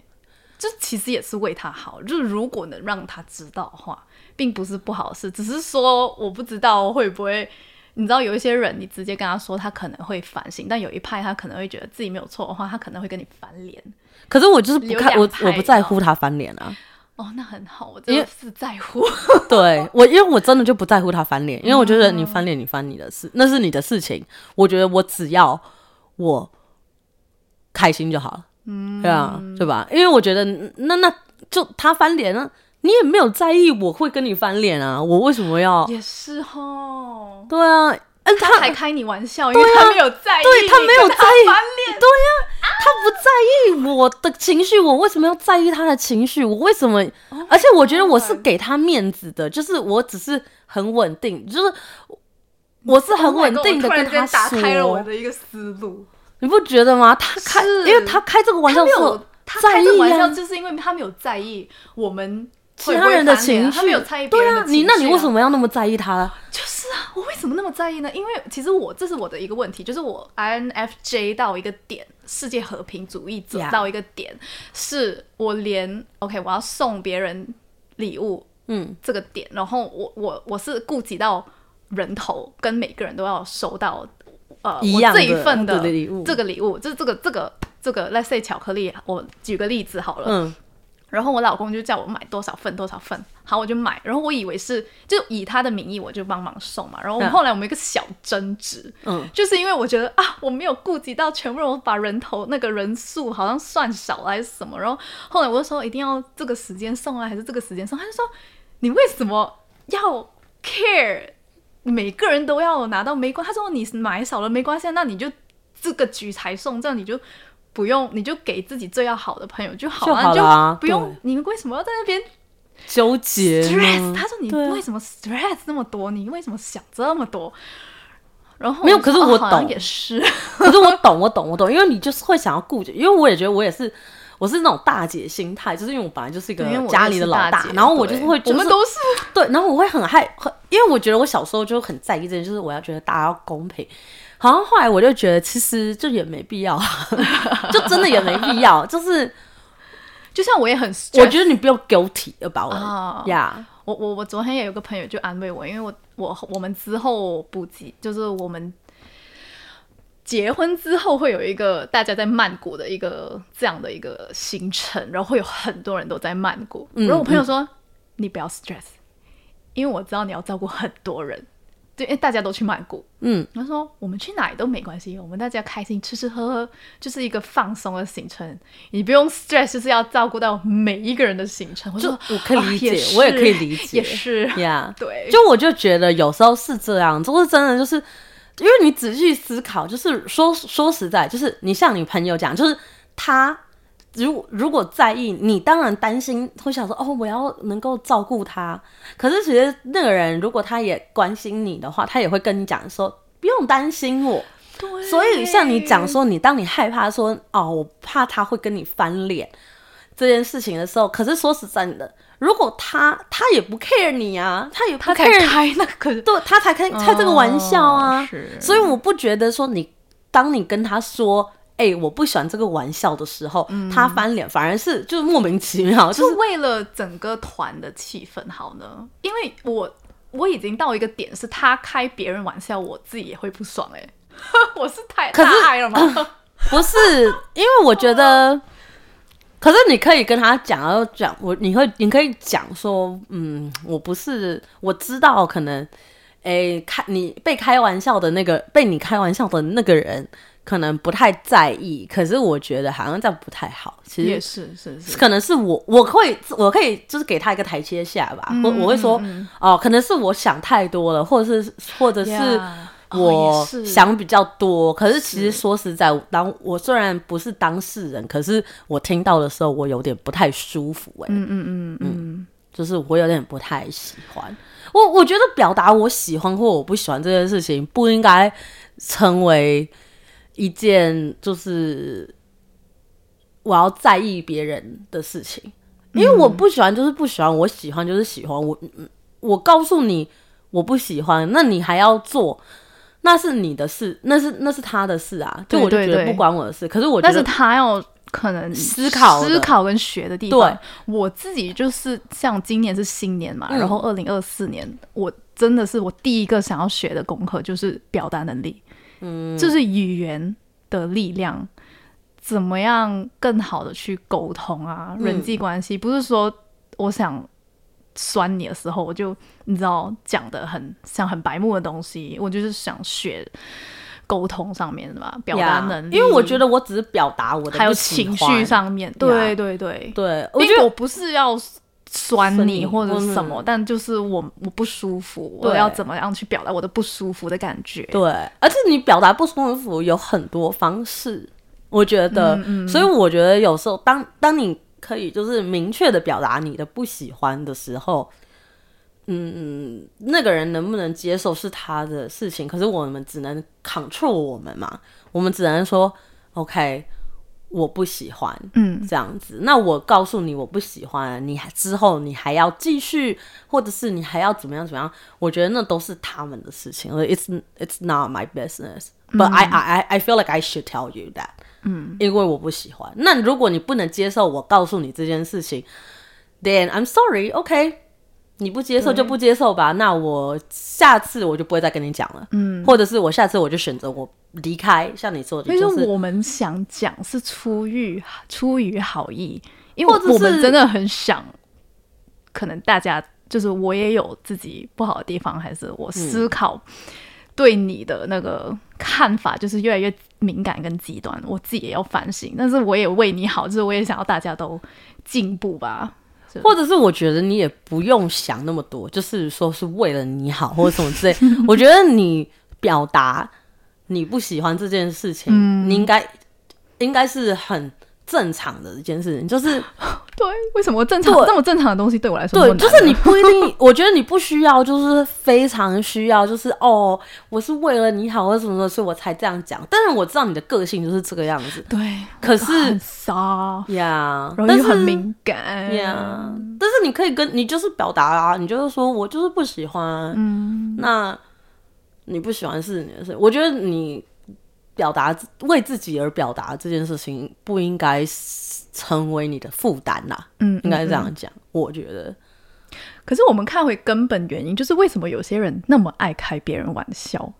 S1: 这其实也是为他好。就是如果能让他知道的话，并不是不好的事，只是说我不知道会不会。你知道有一些人，你直接跟他说，他可能会反省；但有一派，他可能会觉得自己没有错的话，他可能会跟你翻脸。
S3: 可是我就是不
S1: 留
S3: 看，
S1: 两
S3: 我
S1: 派
S3: 我不在乎他翻脸啊。
S1: 哦，那很好，我
S3: 因
S1: 真
S3: 为
S1: 的是在乎。
S3: 对我，因为我真的就不在乎他翻脸，因为我觉得你翻脸，你翻你的事，那是你的事情。我觉得我只要我开心就好了，嗯，对啊，对吧？因为我觉得那那就他翻脸啊，你也没有在意我会跟你翻脸啊，我为什么要？
S1: 也是哦，
S3: 对啊，嗯，他
S1: 他才 开你玩笑，因为他没有在
S3: 啊
S1: 意，
S3: 对他没有在意
S1: 翻脸。
S3: 他不在意我的情绪，我为什么要在意他的情绪？我为什么？而且我觉得我是给他面子的，就是我只是很稳定，就是我是很稳定的跟他
S1: 他打
S3: 说。
S1: 开了我的一个思路。
S3: 你不觉得吗？他开，
S1: 是
S3: 因为他开这个玩
S1: 他
S3: 笑
S1: 没
S3: 是
S1: 有
S3: 我
S1: 他
S3: 在
S1: 开
S3: 意
S1: 这个玩
S3: 啊
S1: 笑，就是因为他没有在意我们
S3: 其他人的情绪，
S1: 他没有在意别
S3: 对
S1: 人
S3: 啊
S1: 的，情
S3: 你
S1: 绪、
S3: 那你为什？么要那么在意他？
S1: 就是啊，我为什么那么在意呢？因为其实我这是我的一个问题，就是我 INFJ 到一个点，世界和平主义者
S3: Yeah
S1: 到一个点是我连 OK 我要送别人礼物，
S3: 嗯，
S1: 这个点，然后我我我是顾及到人头跟每个人都要收到呃
S3: 一样
S1: 我
S3: 的
S1: 这一份
S3: 对礼物
S1: 这个礼物，就是这个这个这个 let's say 巧克力，我举个例子好了，
S3: 嗯，
S1: 然后我老公就叫我买多少份多少份，好我就买，然后我以为是就以他的名义我就帮忙送嘛，然后我们
S3: 嗯
S1: 后来我们有一个小争执，
S3: 嗯，
S1: 就是因为我觉得啊我没有顾及到全部人，我把人头那个人数好像算少了还是什么，然后后来我就说一定要这个时间送啊，还是这个时间送，他就说你为什么要 care 每个人都要拿到没关？他说你买少了没关系啊，那你就这个局才送，这样你就不用，你就给自己最要好的朋友就好
S3: 就
S1: 了，
S3: 好了啊
S1: 你就不用。你为什么要在那边
S3: 纠结呢
S1: stress？他说你
S3: 对啊
S1: 为什么 stress 那么多？你为什么想这么多？然后
S3: 没有
S1: 就
S3: 可是
S1: 说哦
S3: 我
S1: 好像
S3: 懂
S1: 也是，
S3: 可是我懂，我懂，我懂，因为你就是会想要顾及，因为我也觉得我也是，我是那种大姐心态，就是因为我本来就是一个
S1: 因为我
S3: 家里的
S1: 是
S3: 老
S1: 大
S3: 大
S1: 姐，
S3: 然后我就
S1: 对
S3: 是会，就
S1: 我们
S3: 是
S1: 都是
S3: 对，然后我会很害，很因为我觉得我小时候就很在意这件，就是我要觉得大家要公平。好像后来我就觉得，其实就也没必要，啊 就真的也没必要。 就是
S1: 就像我也很 stress，
S3: 我觉得你不用 guilty about
S1: 啊
S3: it，呀、
S1: 我我我昨天也有个朋友就安慰我，因为我我我们之后补给就是我们结婚之后会有一个大家在曼谷的一个这样的一个行程，然后会有很多人都在曼谷。
S3: 嗯
S1: 然后我朋友说：“你不要 stress，因为我知道你要照顾很多人，对，因为大家都去曼谷，
S3: 嗯，
S1: 他说我们去哪里都没关系，我们大家开心吃吃喝喝，就是一个放松的行程，你不用 stress，就是要照顾到每一个人的行程。我
S3: 就
S1: 说
S3: 我可以
S1: 啊
S3: 理解，
S1: 是
S3: 我也可以理解，
S1: 也 是，
S3: 呀。
S1: 对，
S3: 就我就觉得有时候是这样，就是真的就是，因为你仔细思考，就是说说实在，就是你像你朋友讲，就是他如如果在意你，当然担心会想说哦，我要能够照顾他。可是其实那个人如果他也关心你的话，他也会跟你讲说不用担心我。
S1: 对
S3: 所以像你讲说，你当你害怕说哦，我怕他会跟你翻脸这件事情的时候，可是说实在的，如果他他也不 care 你啊，他也不
S1: 他才
S3: care，
S1: 开那个
S3: 对，他才开 开这个玩笑啊。
S1: 哦是
S3: 所以我不觉得说你当你跟他说。哎、我不喜欢这个玩笑的时候，他翻脸反而是就是莫名其 妙，就是
S1: 是为了整个团的气氛好呢，因为我我已经到一个点，是他开别人玩笑，我自己也会不爽哎、 我是太
S3: 可是
S1: 太爱了吗？
S3: 不是，因为我觉得，可是你可以跟他讲，要讲我，你会，你可以讲说，嗯，我不是，我知道可能，诶、开你被开玩笑的那个，被你开玩笑的那个人，可能不太在意，可是我觉得好像这样不太好，其
S1: 也
S3: 实。
S1: 是是是，
S3: 可能是我，我会，我可以就是给他一个台阶下吧。我
S1: 嗯
S3: 我会说，哦，可能是我想太多了，或者是，或者是
S1: Yeah，哦
S3: 我
S1: 也是
S3: 想比较多，可是其实说实在，当我虽然不是当事人，可是我听到的时候，我有点不太舒服、欸，嗯嗯嗯嗯，就是我有点不太喜欢。我我觉得表达我喜欢或我不喜欢这件事情，不应该成为一件就是我要在意别人的事情，因为我不喜欢就是不喜欢，我喜欢就是喜欢。我嗯我告诉你我不喜欢，那你还要做，那是你的事，那是那是他的事啊，就
S1: 对
S3: 我就觉
S1: 对
S3: 得
S1: 对
S3: 不关我的事。可是我觉
S1: 但是
S3: 得
S1: 他要可能
S3: 思考的
S1: 思考跟学的地方。
S3: 对，
S1: 我自己就是像今年是新年嘛，
S3: 嗯
S1: 然后二零二四年，我真的是我第一个想要学的功课就是表达能力，嗯，就是语言的力量，怎么样更好的去沟通啊，
S3: 嗯
S1: 人际关系，不是说我想。酸你的时候，我就你知道讲的很像很白目的东西，我就是想学沟通上面的吧，表达
S3: 呀
S1: 能力。
S3: 因为我觉得我只是表达我的，
S1: 还有情绪，上面，对对对，
S3: 对，我
S1: 因
S3: 觉
S1: 为
S3: 得
S1: 我不是要酸
S3: 酸
S1: 你
S3: 你
S1: 或者什
S3: 嗯
S1: 么，
S3: 嗯
S1: 但就是我我不舒服，
S3: 对
S1: 我要怎么样去表达我的不舒服的感觉？
S3: 对，而且你表达不舒服有很多方式，我觉得，
S1: 嗯
S3: 所以我觉得有时候当当你可以就是明确的表达你的不喜欢的时候，嗯，那个人能不能接受是他的事情，可是我们只能 control 我们嘛，我们只能说 OK，我不喜欢，
S1: 嗯，
S3: 这样子。那我告诉你我不喜欢，你还之后你还要继续，或者是你还要怎么样怎么样？我觉得那都是他们的事情。It's it's not my business, but I I I- I feel like I should tell you that。嗯，因为我不喜欢。那如果你不能接受我告诉你这件事情，then I'm sorry, OK。你不接受就不接受吧，那我下次我就不会再跟你讲了，嗯，或者是我下次我就选择我离开，像你说的，
S1: 所以
S3: 就
S1: 说
S3: 是
S1: 我们想讲是出于出于好意，因为我
S3: 或者是
S1: 我们真的很想，可能大家就是我也有自己不好的地方，还是我思考对你的那个看法就是越来越敏感跟极端，我自己也要反省，但是我也为你好，就是我也想要大家都进步吧。
S3: 或者是我觉得你也不用想那么多，就是说是为了你好或者什么之类。我觉得你表达你不喜欢这件事情，
S1: 嗯
S3: 你应该应该是很正常的一件事情，就是
S1: 对，为什么正常
S3: 对
S1: 这么正常的东西对我来说那
S3: 对
S1: 么，难
S3: 就是你不一定，我觉得你不需要，就是非常需要，就是哦，我是为了你好或者什么的，所以我才这样讲。但是我知道你的个性就是这个样子，
S1: 对，
S3: 可是
S1: 很傻，
S3: 呀，
S1: 然后
S3: 但
S1: 又很
S3: 是
S1: 敏感
S3: 呀但是你可以跟你就是表达啊，你就是说我就是不喜欢，嗯，那你不喜欢是你的事。我觉得你表达为自己而表达这件事情，不应该是成为你的负担啦，
S1: 嗯，
S3: 应该这样讲。我觉得，
S1: 可是我们看回根本原因，就是为什么有些人那么爱开别人玩笑？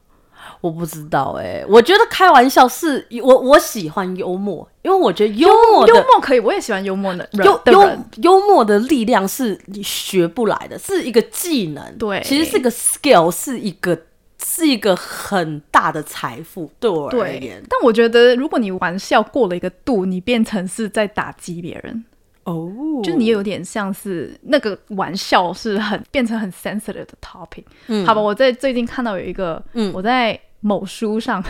S3: 我不知道哎、我觉得开玩笑是我我喜欢幽默，因为我觉得幽默
S1: 幽
S3: 的
S1: 默可以，我也喜欢幽默的人
S3: 幽
S1: 的
S3: 幽
S1: 人。
S3: 幽默的力量是你学不来的，是一个技能，
S1: 对
S3: 其实是个 skill，是一个是一个很大的财富，对我而
S1: 对
S3: 言。，
S1: 但我觉得如果你玩笑过了一个度，你变成是在打击别人，
S3: 哦，
S1: 就是你有点像是那个玩笑是很变成很 sensitive 的 topic。
S3: 嗯
S1: 好吧，，我在最近看到有一个，
S3: 嗯
S1: 我在某书上，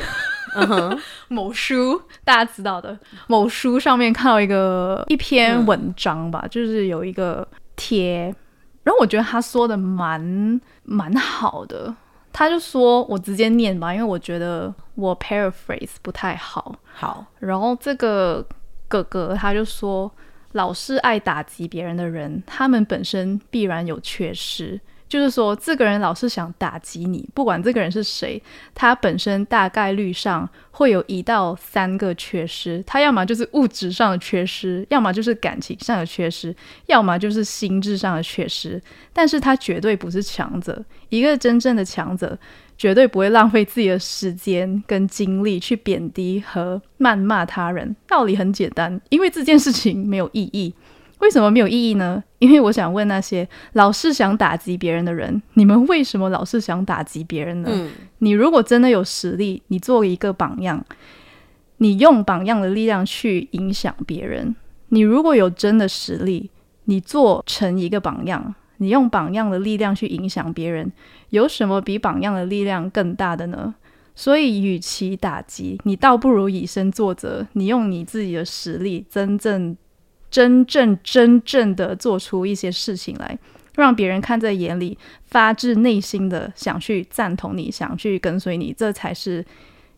S3: 嗯 哼，
S1: 某书大家知道的，某书上面看到一个一篇文章吧，就是有一个贴，然后我觉得他说的蛮蛮好的，他就说我直接念吧，因为我觉得我 paraphrase 不太好。
S3: 好，
S1: 然后这个哥哥他就说，老是爱打击别人的人，他们本身必然有缺失。就是说，这个人老是想打击你，不管这个人是谁，他本身大概率上会有一到三个缺失。他要么就是物质上的缺失，要么就是感情上的缺失，要么就是心智上的缺失。但是他绝对不是强者，一个真正的强者绝对不会浪费自己的时间跟精力去贬低和谩骂他人。道理很简单，因为这件事情没有意义。为什么没有意义呢？因为我想问那些老是想打击别人的人，你们为什么老是想打击别人呢？
S3: 嗯
S1: 你如果真的有实力，你做一个榜样，你用榜样的力量去影响别人。你如果有真的实力，你做成一个榜样，你用榜样的力量去影响别人，有什么比榜样的力量更大的呢？所以，与其打击，你倒不如以身作则，你用你自己的实力，真正、真正、真正的做出一些事情来，让别人看在眼里，发自内心的想去赞同你，想去跟随你，这才是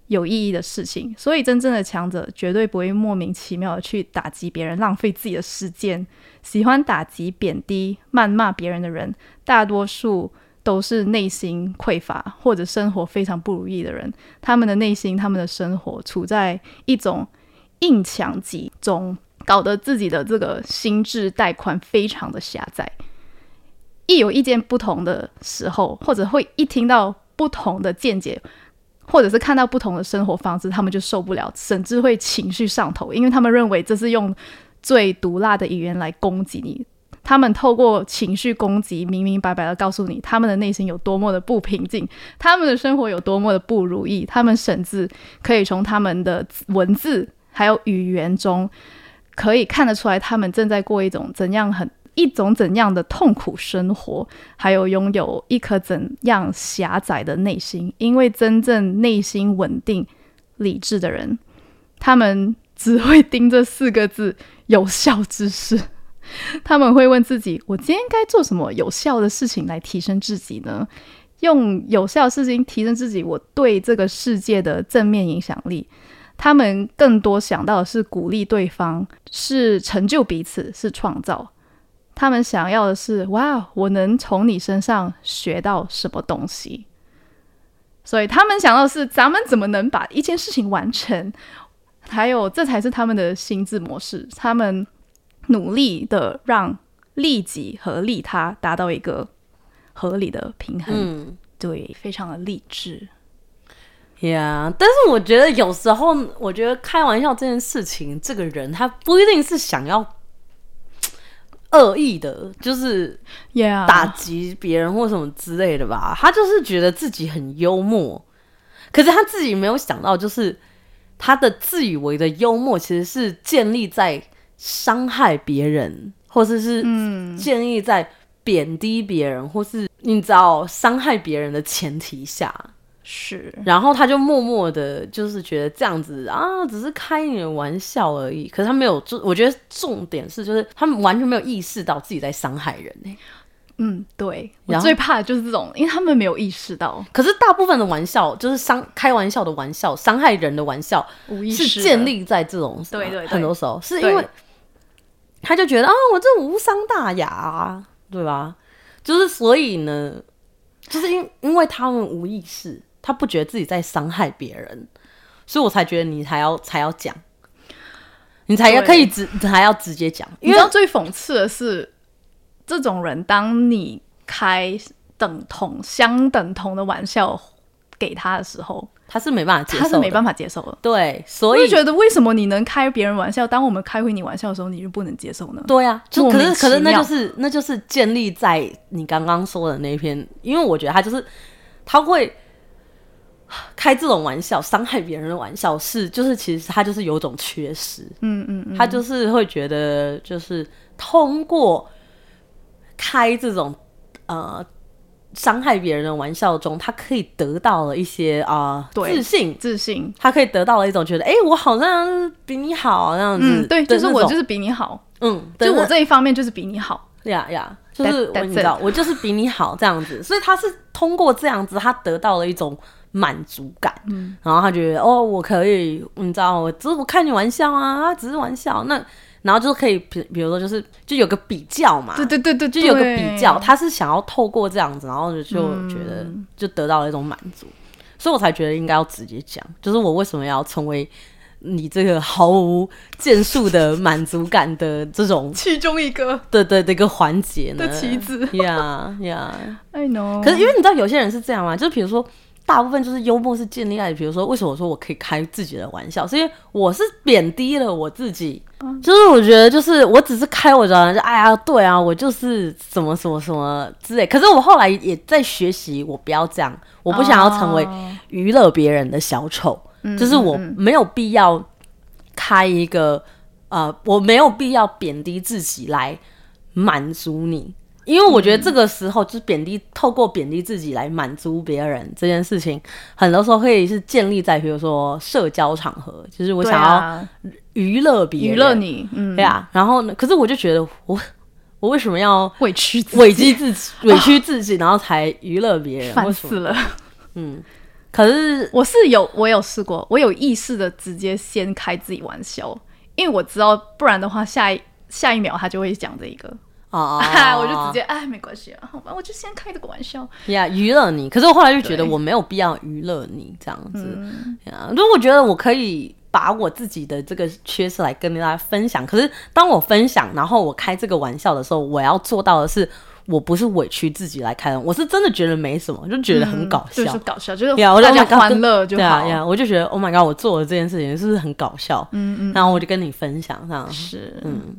S1: 有意义的事情。所以，真正的强者绝对不会莫名其妙的去打击别人，浪费自己的时间。喜欢打击、贬低、谩骂别人的人，大多数都是内心匮乏或者生活非常不如意的人。他们的内心、他们的生活处在一种硬强集中，搞得自己的这个心智带宽非常的狭窄。一有意见不同的时候，或者会一听到不同的见解，或者是看到不同的生活方式，他们就受不了，甚至会情绪上头，因为他们认为这是用最毒辣的语言来攻击你。他们透过情绪攻击，明明白白的告诉你他们的内心有多么的不平静，他们的生活有多么的不如意，他们甚至可以从他们的文字还有语言中，可以看得出来他们正在过一种怎样很 一种怎样的痛苦生活，还有拥有一颗怎样狭窄的内心。因为真正内心稳定、理智的人，他们只会盯这四个字“有效之事”。他们会问自己：我今天该做什么有效的事情来提升自己呢？用有效的事情提升自己，我对这个世界的正面影响力。他们更多想到的是鼓励对方，是成就彼此，是创造。他们想要的是，哇，我能从你身上学到什么东西？所以他们想到的是，咱们怎么能把一件事情完成？还有，这才是他们的心智模式。他们努力的让利己和利他达到一个合理的平衡。
S3: 嗯。
S1: 对，非常的励志。
S3: 呀但是我觉得有时候，我觉得开玩笑这件事情，这个人他不一定是想要恶意的，就是
S1: ，Yeah，
S3: 打击别人或什么之类的吧。他就是觉得自己很幽默，可是他自己没有想到，就是他的自以为的幽默其实是建立在伤害别人，或者是
S1: 嗯
S3: 建立在贬低别人，或是你知道伤害别人的前提下。
S1: 是，
S3: 然后他就默默的，就是觉得这样子啊，只是开你的玩笑而已。可是他没有，就我觉得重点是，就是他们完全没有意识到自己在伤害人、欸、
S1: 嗯，对，我
S3: 然后
S1: 最怕的就是这种，因为他们没有意识到，
S3: 可是大部分的玩笑，就是伤开玩笑的玩笑，伤害人的玩笑，
S1: 无意识
S3: 是
S1: 的
S3: 建立在这种
S1: 对对对
S3: 很多时候是
S1: 对
S3: 因为他就觉得啊，我这无伤大雅、啊，对吧？就是所以呢，就是因因为他们无意识，他不觉得自己在伤害别人，所以我才觉得你才要才要讲，你才要
S1: 对
S3: 可以直才要直接讲，
S1: 你
S3: 因
S1: 知
S3: 为
S1: 道最讽刺的是，这种人，当你开等同、相等同的玩笑给他的时候，
S3: 他是没办法接受
S1: 他
S3: 的，
S1: 是没办
S3: 法
S1: 法接受的。
S3: 对，
S1: 我
S3: 所
S1: 就
S3: 以
S1: 觉得，为什么你能开别人玩笑，当我们开回你玩笑的时候，你就不能接受呢？
S3: 对啊，就
S1: 莫
S3: 可
S1: 名
S3: 是可是
S1: 其
S3: 那
S1: 妙
S3: 就是那就是建立在你刚刚说的那篇，因为我觉得他就是他会开这种玩笑、伤害别人的玩笑是，就是其实他就是有种缺失，
S1: 嗯嗯嗯，
S3: 他就是会觉得，就是通过开这种呃伤害别人的玩笑中，他可以得到了一些啊、
S1: 对
S3: 自信，
S1: 自信。
S3: 他可以得到了一种觉得，哎、我好像比你好那啊样子的那种，
S1: 嗯，对，就是我就是比你好，
S3: 嗯，
S1: 就
S3: 的那
S1: 我这一方面就是比你好，
S3: 呀呀，就是我
S1: That-
S3: 你知道，我就是比你好这样子，所以他是通过这样子，他得到了一种满足感，嗯，然后他觉得哦，我可以，你知道，我只是我开你玩笑啊，啊只是玩笑，那然后就可以，比比如说就是就有个比较嘛，
S1: 对对对对，
S3: 就有个
S1: 对嗯
S3: 比较，，他是想要透过这样子，然后就就觉得就得到了一种满足，所以我才觉得应该要直接讲，就是我为什么要成为。你这个毫无建树的满足感的这种
S1: 其中一个
S3: 对对的一个环节呢
S1: 的棋子哦
S3: 呀呀。
S1: ，I know，
S3: 嗯可是因为你知道有些人是这样嘛，就比如说大部分就是幽默是建立在，比如说为什么我说我可以开自己的玩笑，是因为我是贬低了我自己，
S1: 嗯
S3: 就是我觉得就是我只是开我的玩笑，哎呀，对啊，我就是什么什么什么之类。可是我后来也在学习，我不要这样，我不想要成为
S1: 哦嗯
S3: 娱乐别人的小丑，就是我没有必要开一个呃，我没有必要贬低自己来满足你，因为我觉得这个时候就是贬低，透过贬低自己来满足别人这件事情，很多时候会是建立在比如说社交场合，就是我
S1: 对
S3: 想要
S1: 啊
S3: 娱乐别人，
S1: 娱乐，你，嗯，
S3: 对啊。然后呢，可是我就觉得我我为什么要
S1: 委屈自己
S3: 委屈自 己，委屈自己，然后才娱乐别人，
S1: 啊烦
S3: 为什么
S1: 死了。
S3: 嗯，可是
S1: 我是有，我有试过，我有意识的直接先开自己玩笑，因为我知道，不然的话下一下一秒他就会讲这一个，
S3: 啊
S1: 我就直接哎没关系啊，好吧，我就先开这个玩笑。
S3: 呀娱乐你。可是我后来就觉得
S1: 对嗯
S3: 我没有必要娱乐你这样子，呀，如果觉得我可以。把我自己的这个缺失来跟大家分享，可是当我分享，然后我开这个玩笑的时候，我要做到的是，我不是委屈自己来开的，我是真的觉得没什么，就觉得很搞笑，
S1: 嗯
S3: 啊
S1: 就是搞笑，就是
S3: 呀，我就
S1: 大家
S3: 想
S1: 欢乐就
S3: 对啊
S1: 好。
S3: 呀，我就觉得 Oh my god，我做了这件事情是不是很搞笑？嗯嗯，然后我就跟你分享这样
S1: 是，
S3: 嗯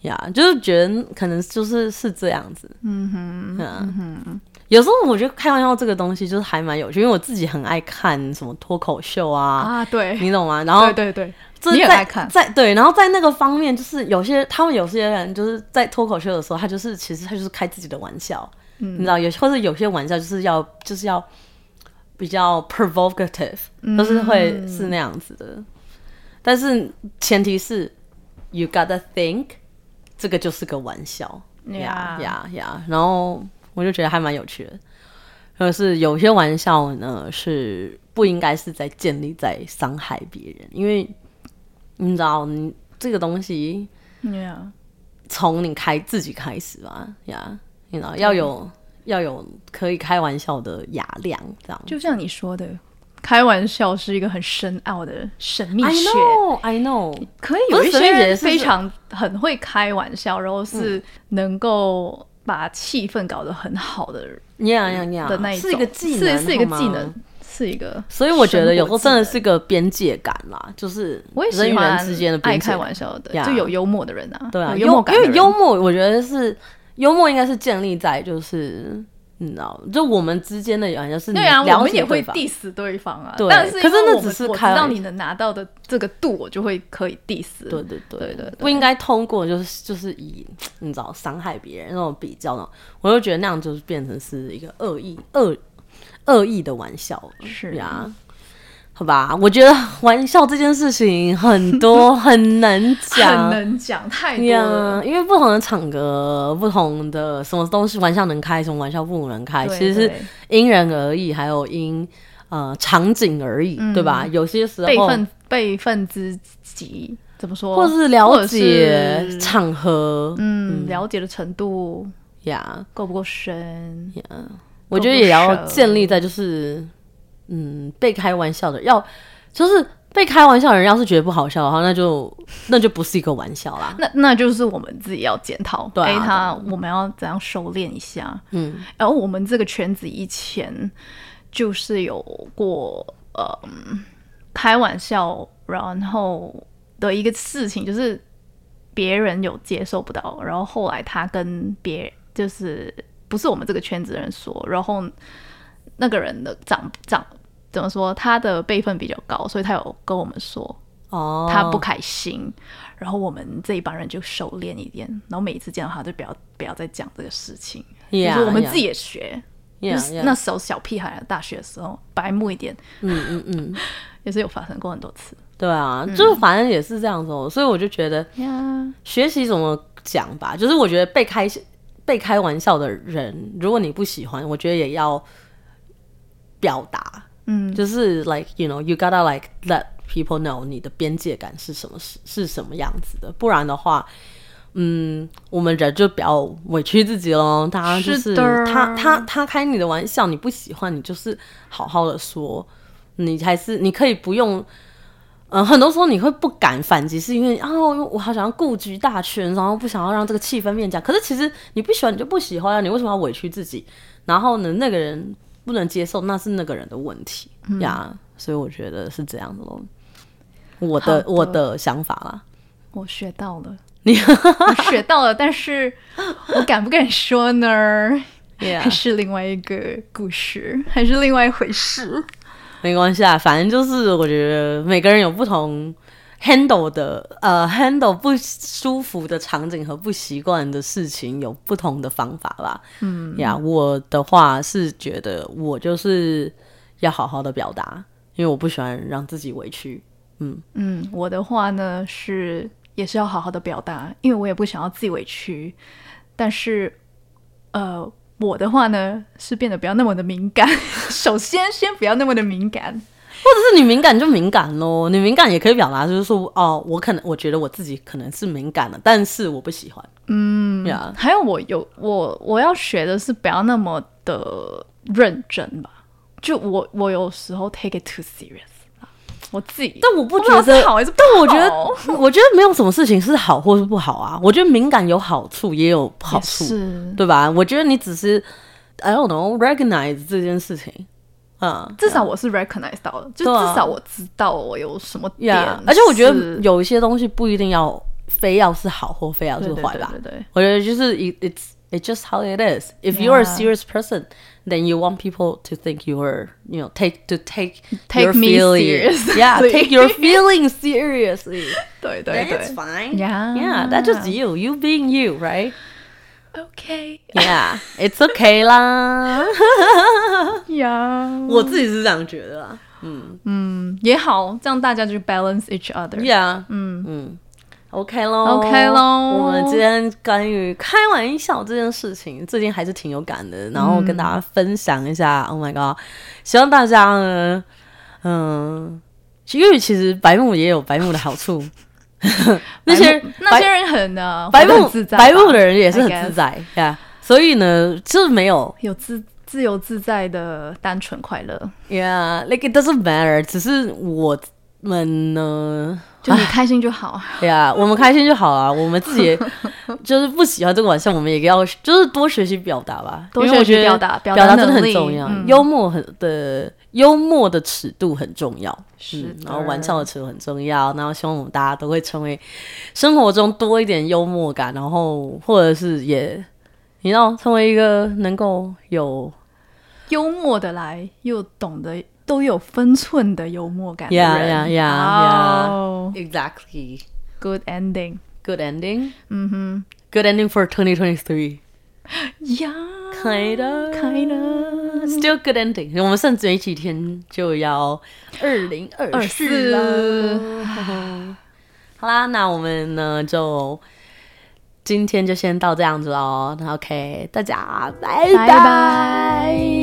S3: 呀，就是觉得可能就是是这样子，嗯哼，嗯哼。有时候我觉得开玩笑这个东西就是还蛮有趣，因为我自己很爱看什么脱口秀啊，
S1: 啊，对，
S3: 你懂吗？然后
S1: 对对对，
S3: 就是
S1: 你也
S3: 在
S1: 爱看
S3: 在对，然后在那个方面，就是有些他们有些人就是在脱口秀的时候，他就是其实他就是开自己的玩笑，
S1: 嗯
S3: 你知道，有或者有些玩笑就是要就是要比较 provocative，、就是
S1: 嗯
S3: 会是那样子的。但是前提是 you gotta think，这个就是个玩笑，呀
S1: Yeah
S3: 呀呀！然后我就觉得还蛮有趣的，就是有些玩笑呢是不应该是在建立在伤害别人，因为你知道，你这个东西
S1: Yeah
S3: 从你开自己开始吧，呀，你知道要有要有可以开玩笑的雅量，这样。
S1: 就像你说的，开玩笑是一个很深奥的神秘
S3: I
S1: 学。
S3: know, I know。
S1: 可以有
S3: 不是
S1: 一
S3: 神
S1: 些
S3: 秘姐
S1: 人
S3: 是嗯
S1: 非常很会开玩笑，然后是能够把气氛搞得很好的人
S3: Yeah, yeah, yeah。
S1: 的那一种，
S3: 是一个技能，
S1: 是是一个
S3: 好吗
S1: 技能，。是一个。
S3: 所以我觉得有时候真的，是个边界感啦，就是
S1: 我也
S3: 人
S1: 喜
S3: 与人
S1: 欢
S3: 之间的边
S1: 爱
S3: 界
S1: 开
S3: 感。
S1: 玩笑的，
S3: 呀
S1: 就有幽默的人啊，
S3: 对啊，
S1: 有幽默感
S3: 因
S1: 的
S3: 为
S1: 人，
S3: 幽默，我觉得是幽默应该是建立在就是你知道，就我们之间的好像是
S1: 对啊，
S3: 你了
S1: 我们
S3: 解
S1: 也会
S3: 对方
S1: diss 对方啊，
S3: 对
S1: 但是因
S3: 可是
S1: 为
S3: 那
S1: 我们
S3: 只是
S1: 我知
S3: 开玩
S1: 道你能拿到的这个度，我就会可以 diss，
S3: 对对对
S1: 对对对
S3: 不应该通过就是就是以你知道伤害别人那种比较那种，我就觉得那样就是变成是一个恶意恶恶意的玩笑了，
S1: 是
S3: 呀。好吧，我觉得玩笑这件事情很 多很难
S1: 很
S3: 讲，
S1: 能讲太多
S3: 呀
S1: 了，，
S3: 因为不同的场合、不同的什么东西玩笑能开，什么玩笑不能开，
S1: 对
S3: 其实是
S1: 对
S3: 因人而异，还有因呃场景而异，对吧？有些时候
S1: 嗯辈分辈分之极，怎么说？
S3: 或是了解
S1: 或者是
S3: 场合，
S1: 嗯，了解的程度
S3: 呀、
S1: 够不够深？
S3: 我觉得
S1: 够不
S3: 也要
S1: 熟
S3: 建立在就是嗯被开玩笑的，要就是被开玩笑的人要是觉得不好笑的话，那就那就不是一个玩笑啦。
S1: 那那就是我们自己要检讨，
S3: 对啊
S1: 诶
S3: 对
S1: 他
S3: 啊
S1: 我们要怎样收敛一下？
S3: 嗯，
S1: 然后我们这个圈子以前就是有过呃嗯开玩笑，然后的一个事情就是别人有接受不到，然后后来他跟别就是不是我们这个圈子的人说，然后那个人的长长怎么说，他的辈分比较高，所以他有跟我们说
S3: 哦，
S1: 他不开心，然后我们这一帮人就收敛一点，然后每一次见到他就不要不要再讲这个事情，就
S3: Yeah，
S1: 是我们
S3: yeah，
S1: 自己也学。
S3: yeah，
S1: 就是
S3: yeah
S1: 那时候小屁孩，大学的时候白目一点，
S3: 嗯嗯嗯，
S1: 也是有发生过很多次。
S3: 对啊，
S1: 嗯
S3: 就是反正也是这样子、哦，所以我就觉得
S1: 呀，
S3: 学习怎么讲吧，就是我觉得被开被开玩笑的人，如果你不喜欢，我觉得也要表达，
S1: 嗯，
S3: 就是 like you know you gotta like let people know 你的边界感是什么是是什么样子的，不然的话。嗯，我们人就不要委屈自己喽。大家就是
S1: 是的
S3: 他他他开你的玩笑，你不喜欢，你就是好好的说，你还是你可以不用。嗯、很多时候你会不敢反击，是因为啊，我我好想要顾局大权，然后不想要让这个气氛变僵。可是其实你不喜欢，你就不喜欢啊，你为什么要委屈自己？然后呢，那个人不能接受，那是那个人的问题、呀。所以我觉得是这样的咯。我的
S1: 好的
S3: 我的想法啦，
S1: 我学到了， 我学到了，但是我敢不敢说呢？还
S3: yeah,
S1: 是另外一个故事，还是另外一回事。
S3: 没关系啊，反正就是我觉得每个人有不同 handle 的呃 handle 不舒服的场景和不习惯的事情有不同的方法啦。嗯呀我的话是觉得我就是要好好的表达，因为我不喜欢让自己委屈。
S1: 嗯，我的话呢是也是要好好的表达，因为我也不想要自己委屈，但是呃，我的话呢是变得不要那么的敏感。 首先，先不要那么的敏感。
S3: 但是你敏感就敏感咯，你敏感也可以表达，就是说哦，我可能我觉得我自己可能是敏感的，但是我不喜欢。嗯呀，
S1: 还有我有我我要学的是不要那么的认真吧，就我我有时候 take it too serious 啊我自己，
S3: 但我不
S1: 我
S3: 觉
S1: 知道
S3: 得
S1: 是，好还是不
S3: 但我觉
S1: 好
S3: 得， 我觉得没有什么事情是好或是不好啊。我觉得敏感有好处，也有不好
S1: 也
S3: 处，
S1: 是
S3: 对吧？我觉得你只是 I don't know recognize 这件事情，啊、
S1: 至少我是 recognize 到的，就
S3: 对啊
S1: 至少我知道我有什么点
S3: yeah,。而且我觉得
S1: 是
S3: 有一些东西不一定要非要是好或非要是
S1: 对对
S3: 坏吧
S1: 对。对对
S3: 我觉得就是 it it's it's just how it is. If you're a
S1: Yeah.
S3: serious person, then you want people to think you are you know take to take
S1: Take
S3: your
S1: me
S3: feelings.
S1: seriously.
S3: Yeah, take your feelings seriously.
S1: 对 对
S3: Then
S1: 对
S3: it's fine.
S1: Yeah.
S3: yeah, that's just you. You being you, right?
S1: OK
S3: Yeah, it's okay 啦。
S1: 呀，
S3: 我自己是这样觉得啦。
S1: 嗯也好，这样大家就 balance each other。
S3: Yeah，嗯嗯。OK 喽
S1: OK 咯
S3: 我们今天关于开玩笑这件事情，最近还是挺有感的，然后跟大家分享一下。oh my god，希望大家呢，嗯，因为其实白目也有白目的好处，那些
S1: 白
S3: 人
S1: 目 那些人很呢，
S3: 白
S1: 活得
S3: 目
S1: 很自在吧，
S3: 白目的人也是
S1: I
S3: 很自在呀。Yeah，所以呢，就是没有
S1: 有自自由自在的单纯快乐。
S3: Yeah, like it doesn't matter. 只是我们呢，
S1: 就你开心就好，啊
S3: 对呀，我们开心就好啊。我们自 己就是不喜欢这个玩笑，我们也要就是多学习表达吧。
S1: 多
S3: 因为我
S1: 学
S3: 觉
S1: 习
S3: 得
S1: 表达
S3: 表
S1: 表达
S3: 真的
S1: 能
S3: 很
S1: 力
S3: 重要。
S1: 嗯
S3: 幽默很的幽默的尺度很重要，嗯
S1: 是的
S3: 然后玩笑的尺度很重要。然后希望我们大家都会成为生活中多一点幽默感，然后或者是也你要成为一个能够有
S1: 幽默的来，又懂得都有分寸的幽默感的
S3: Yeah,
S1: 人。
S3: yeah, yeah, yeah.
S1: Oh,
S3: exactly
S1: good ending.
S3: good ending。
S1: 嗯
S3: good ending for 2023.
S1: 哼，Yeah,
S3: Kinda,
S1: kinda.
S3: still good ending. 我们剩没几天就要二零二四啦。好啦，那我们呢就今天就先到这样子喽。那 OK，大家拜
S1: 拜拜。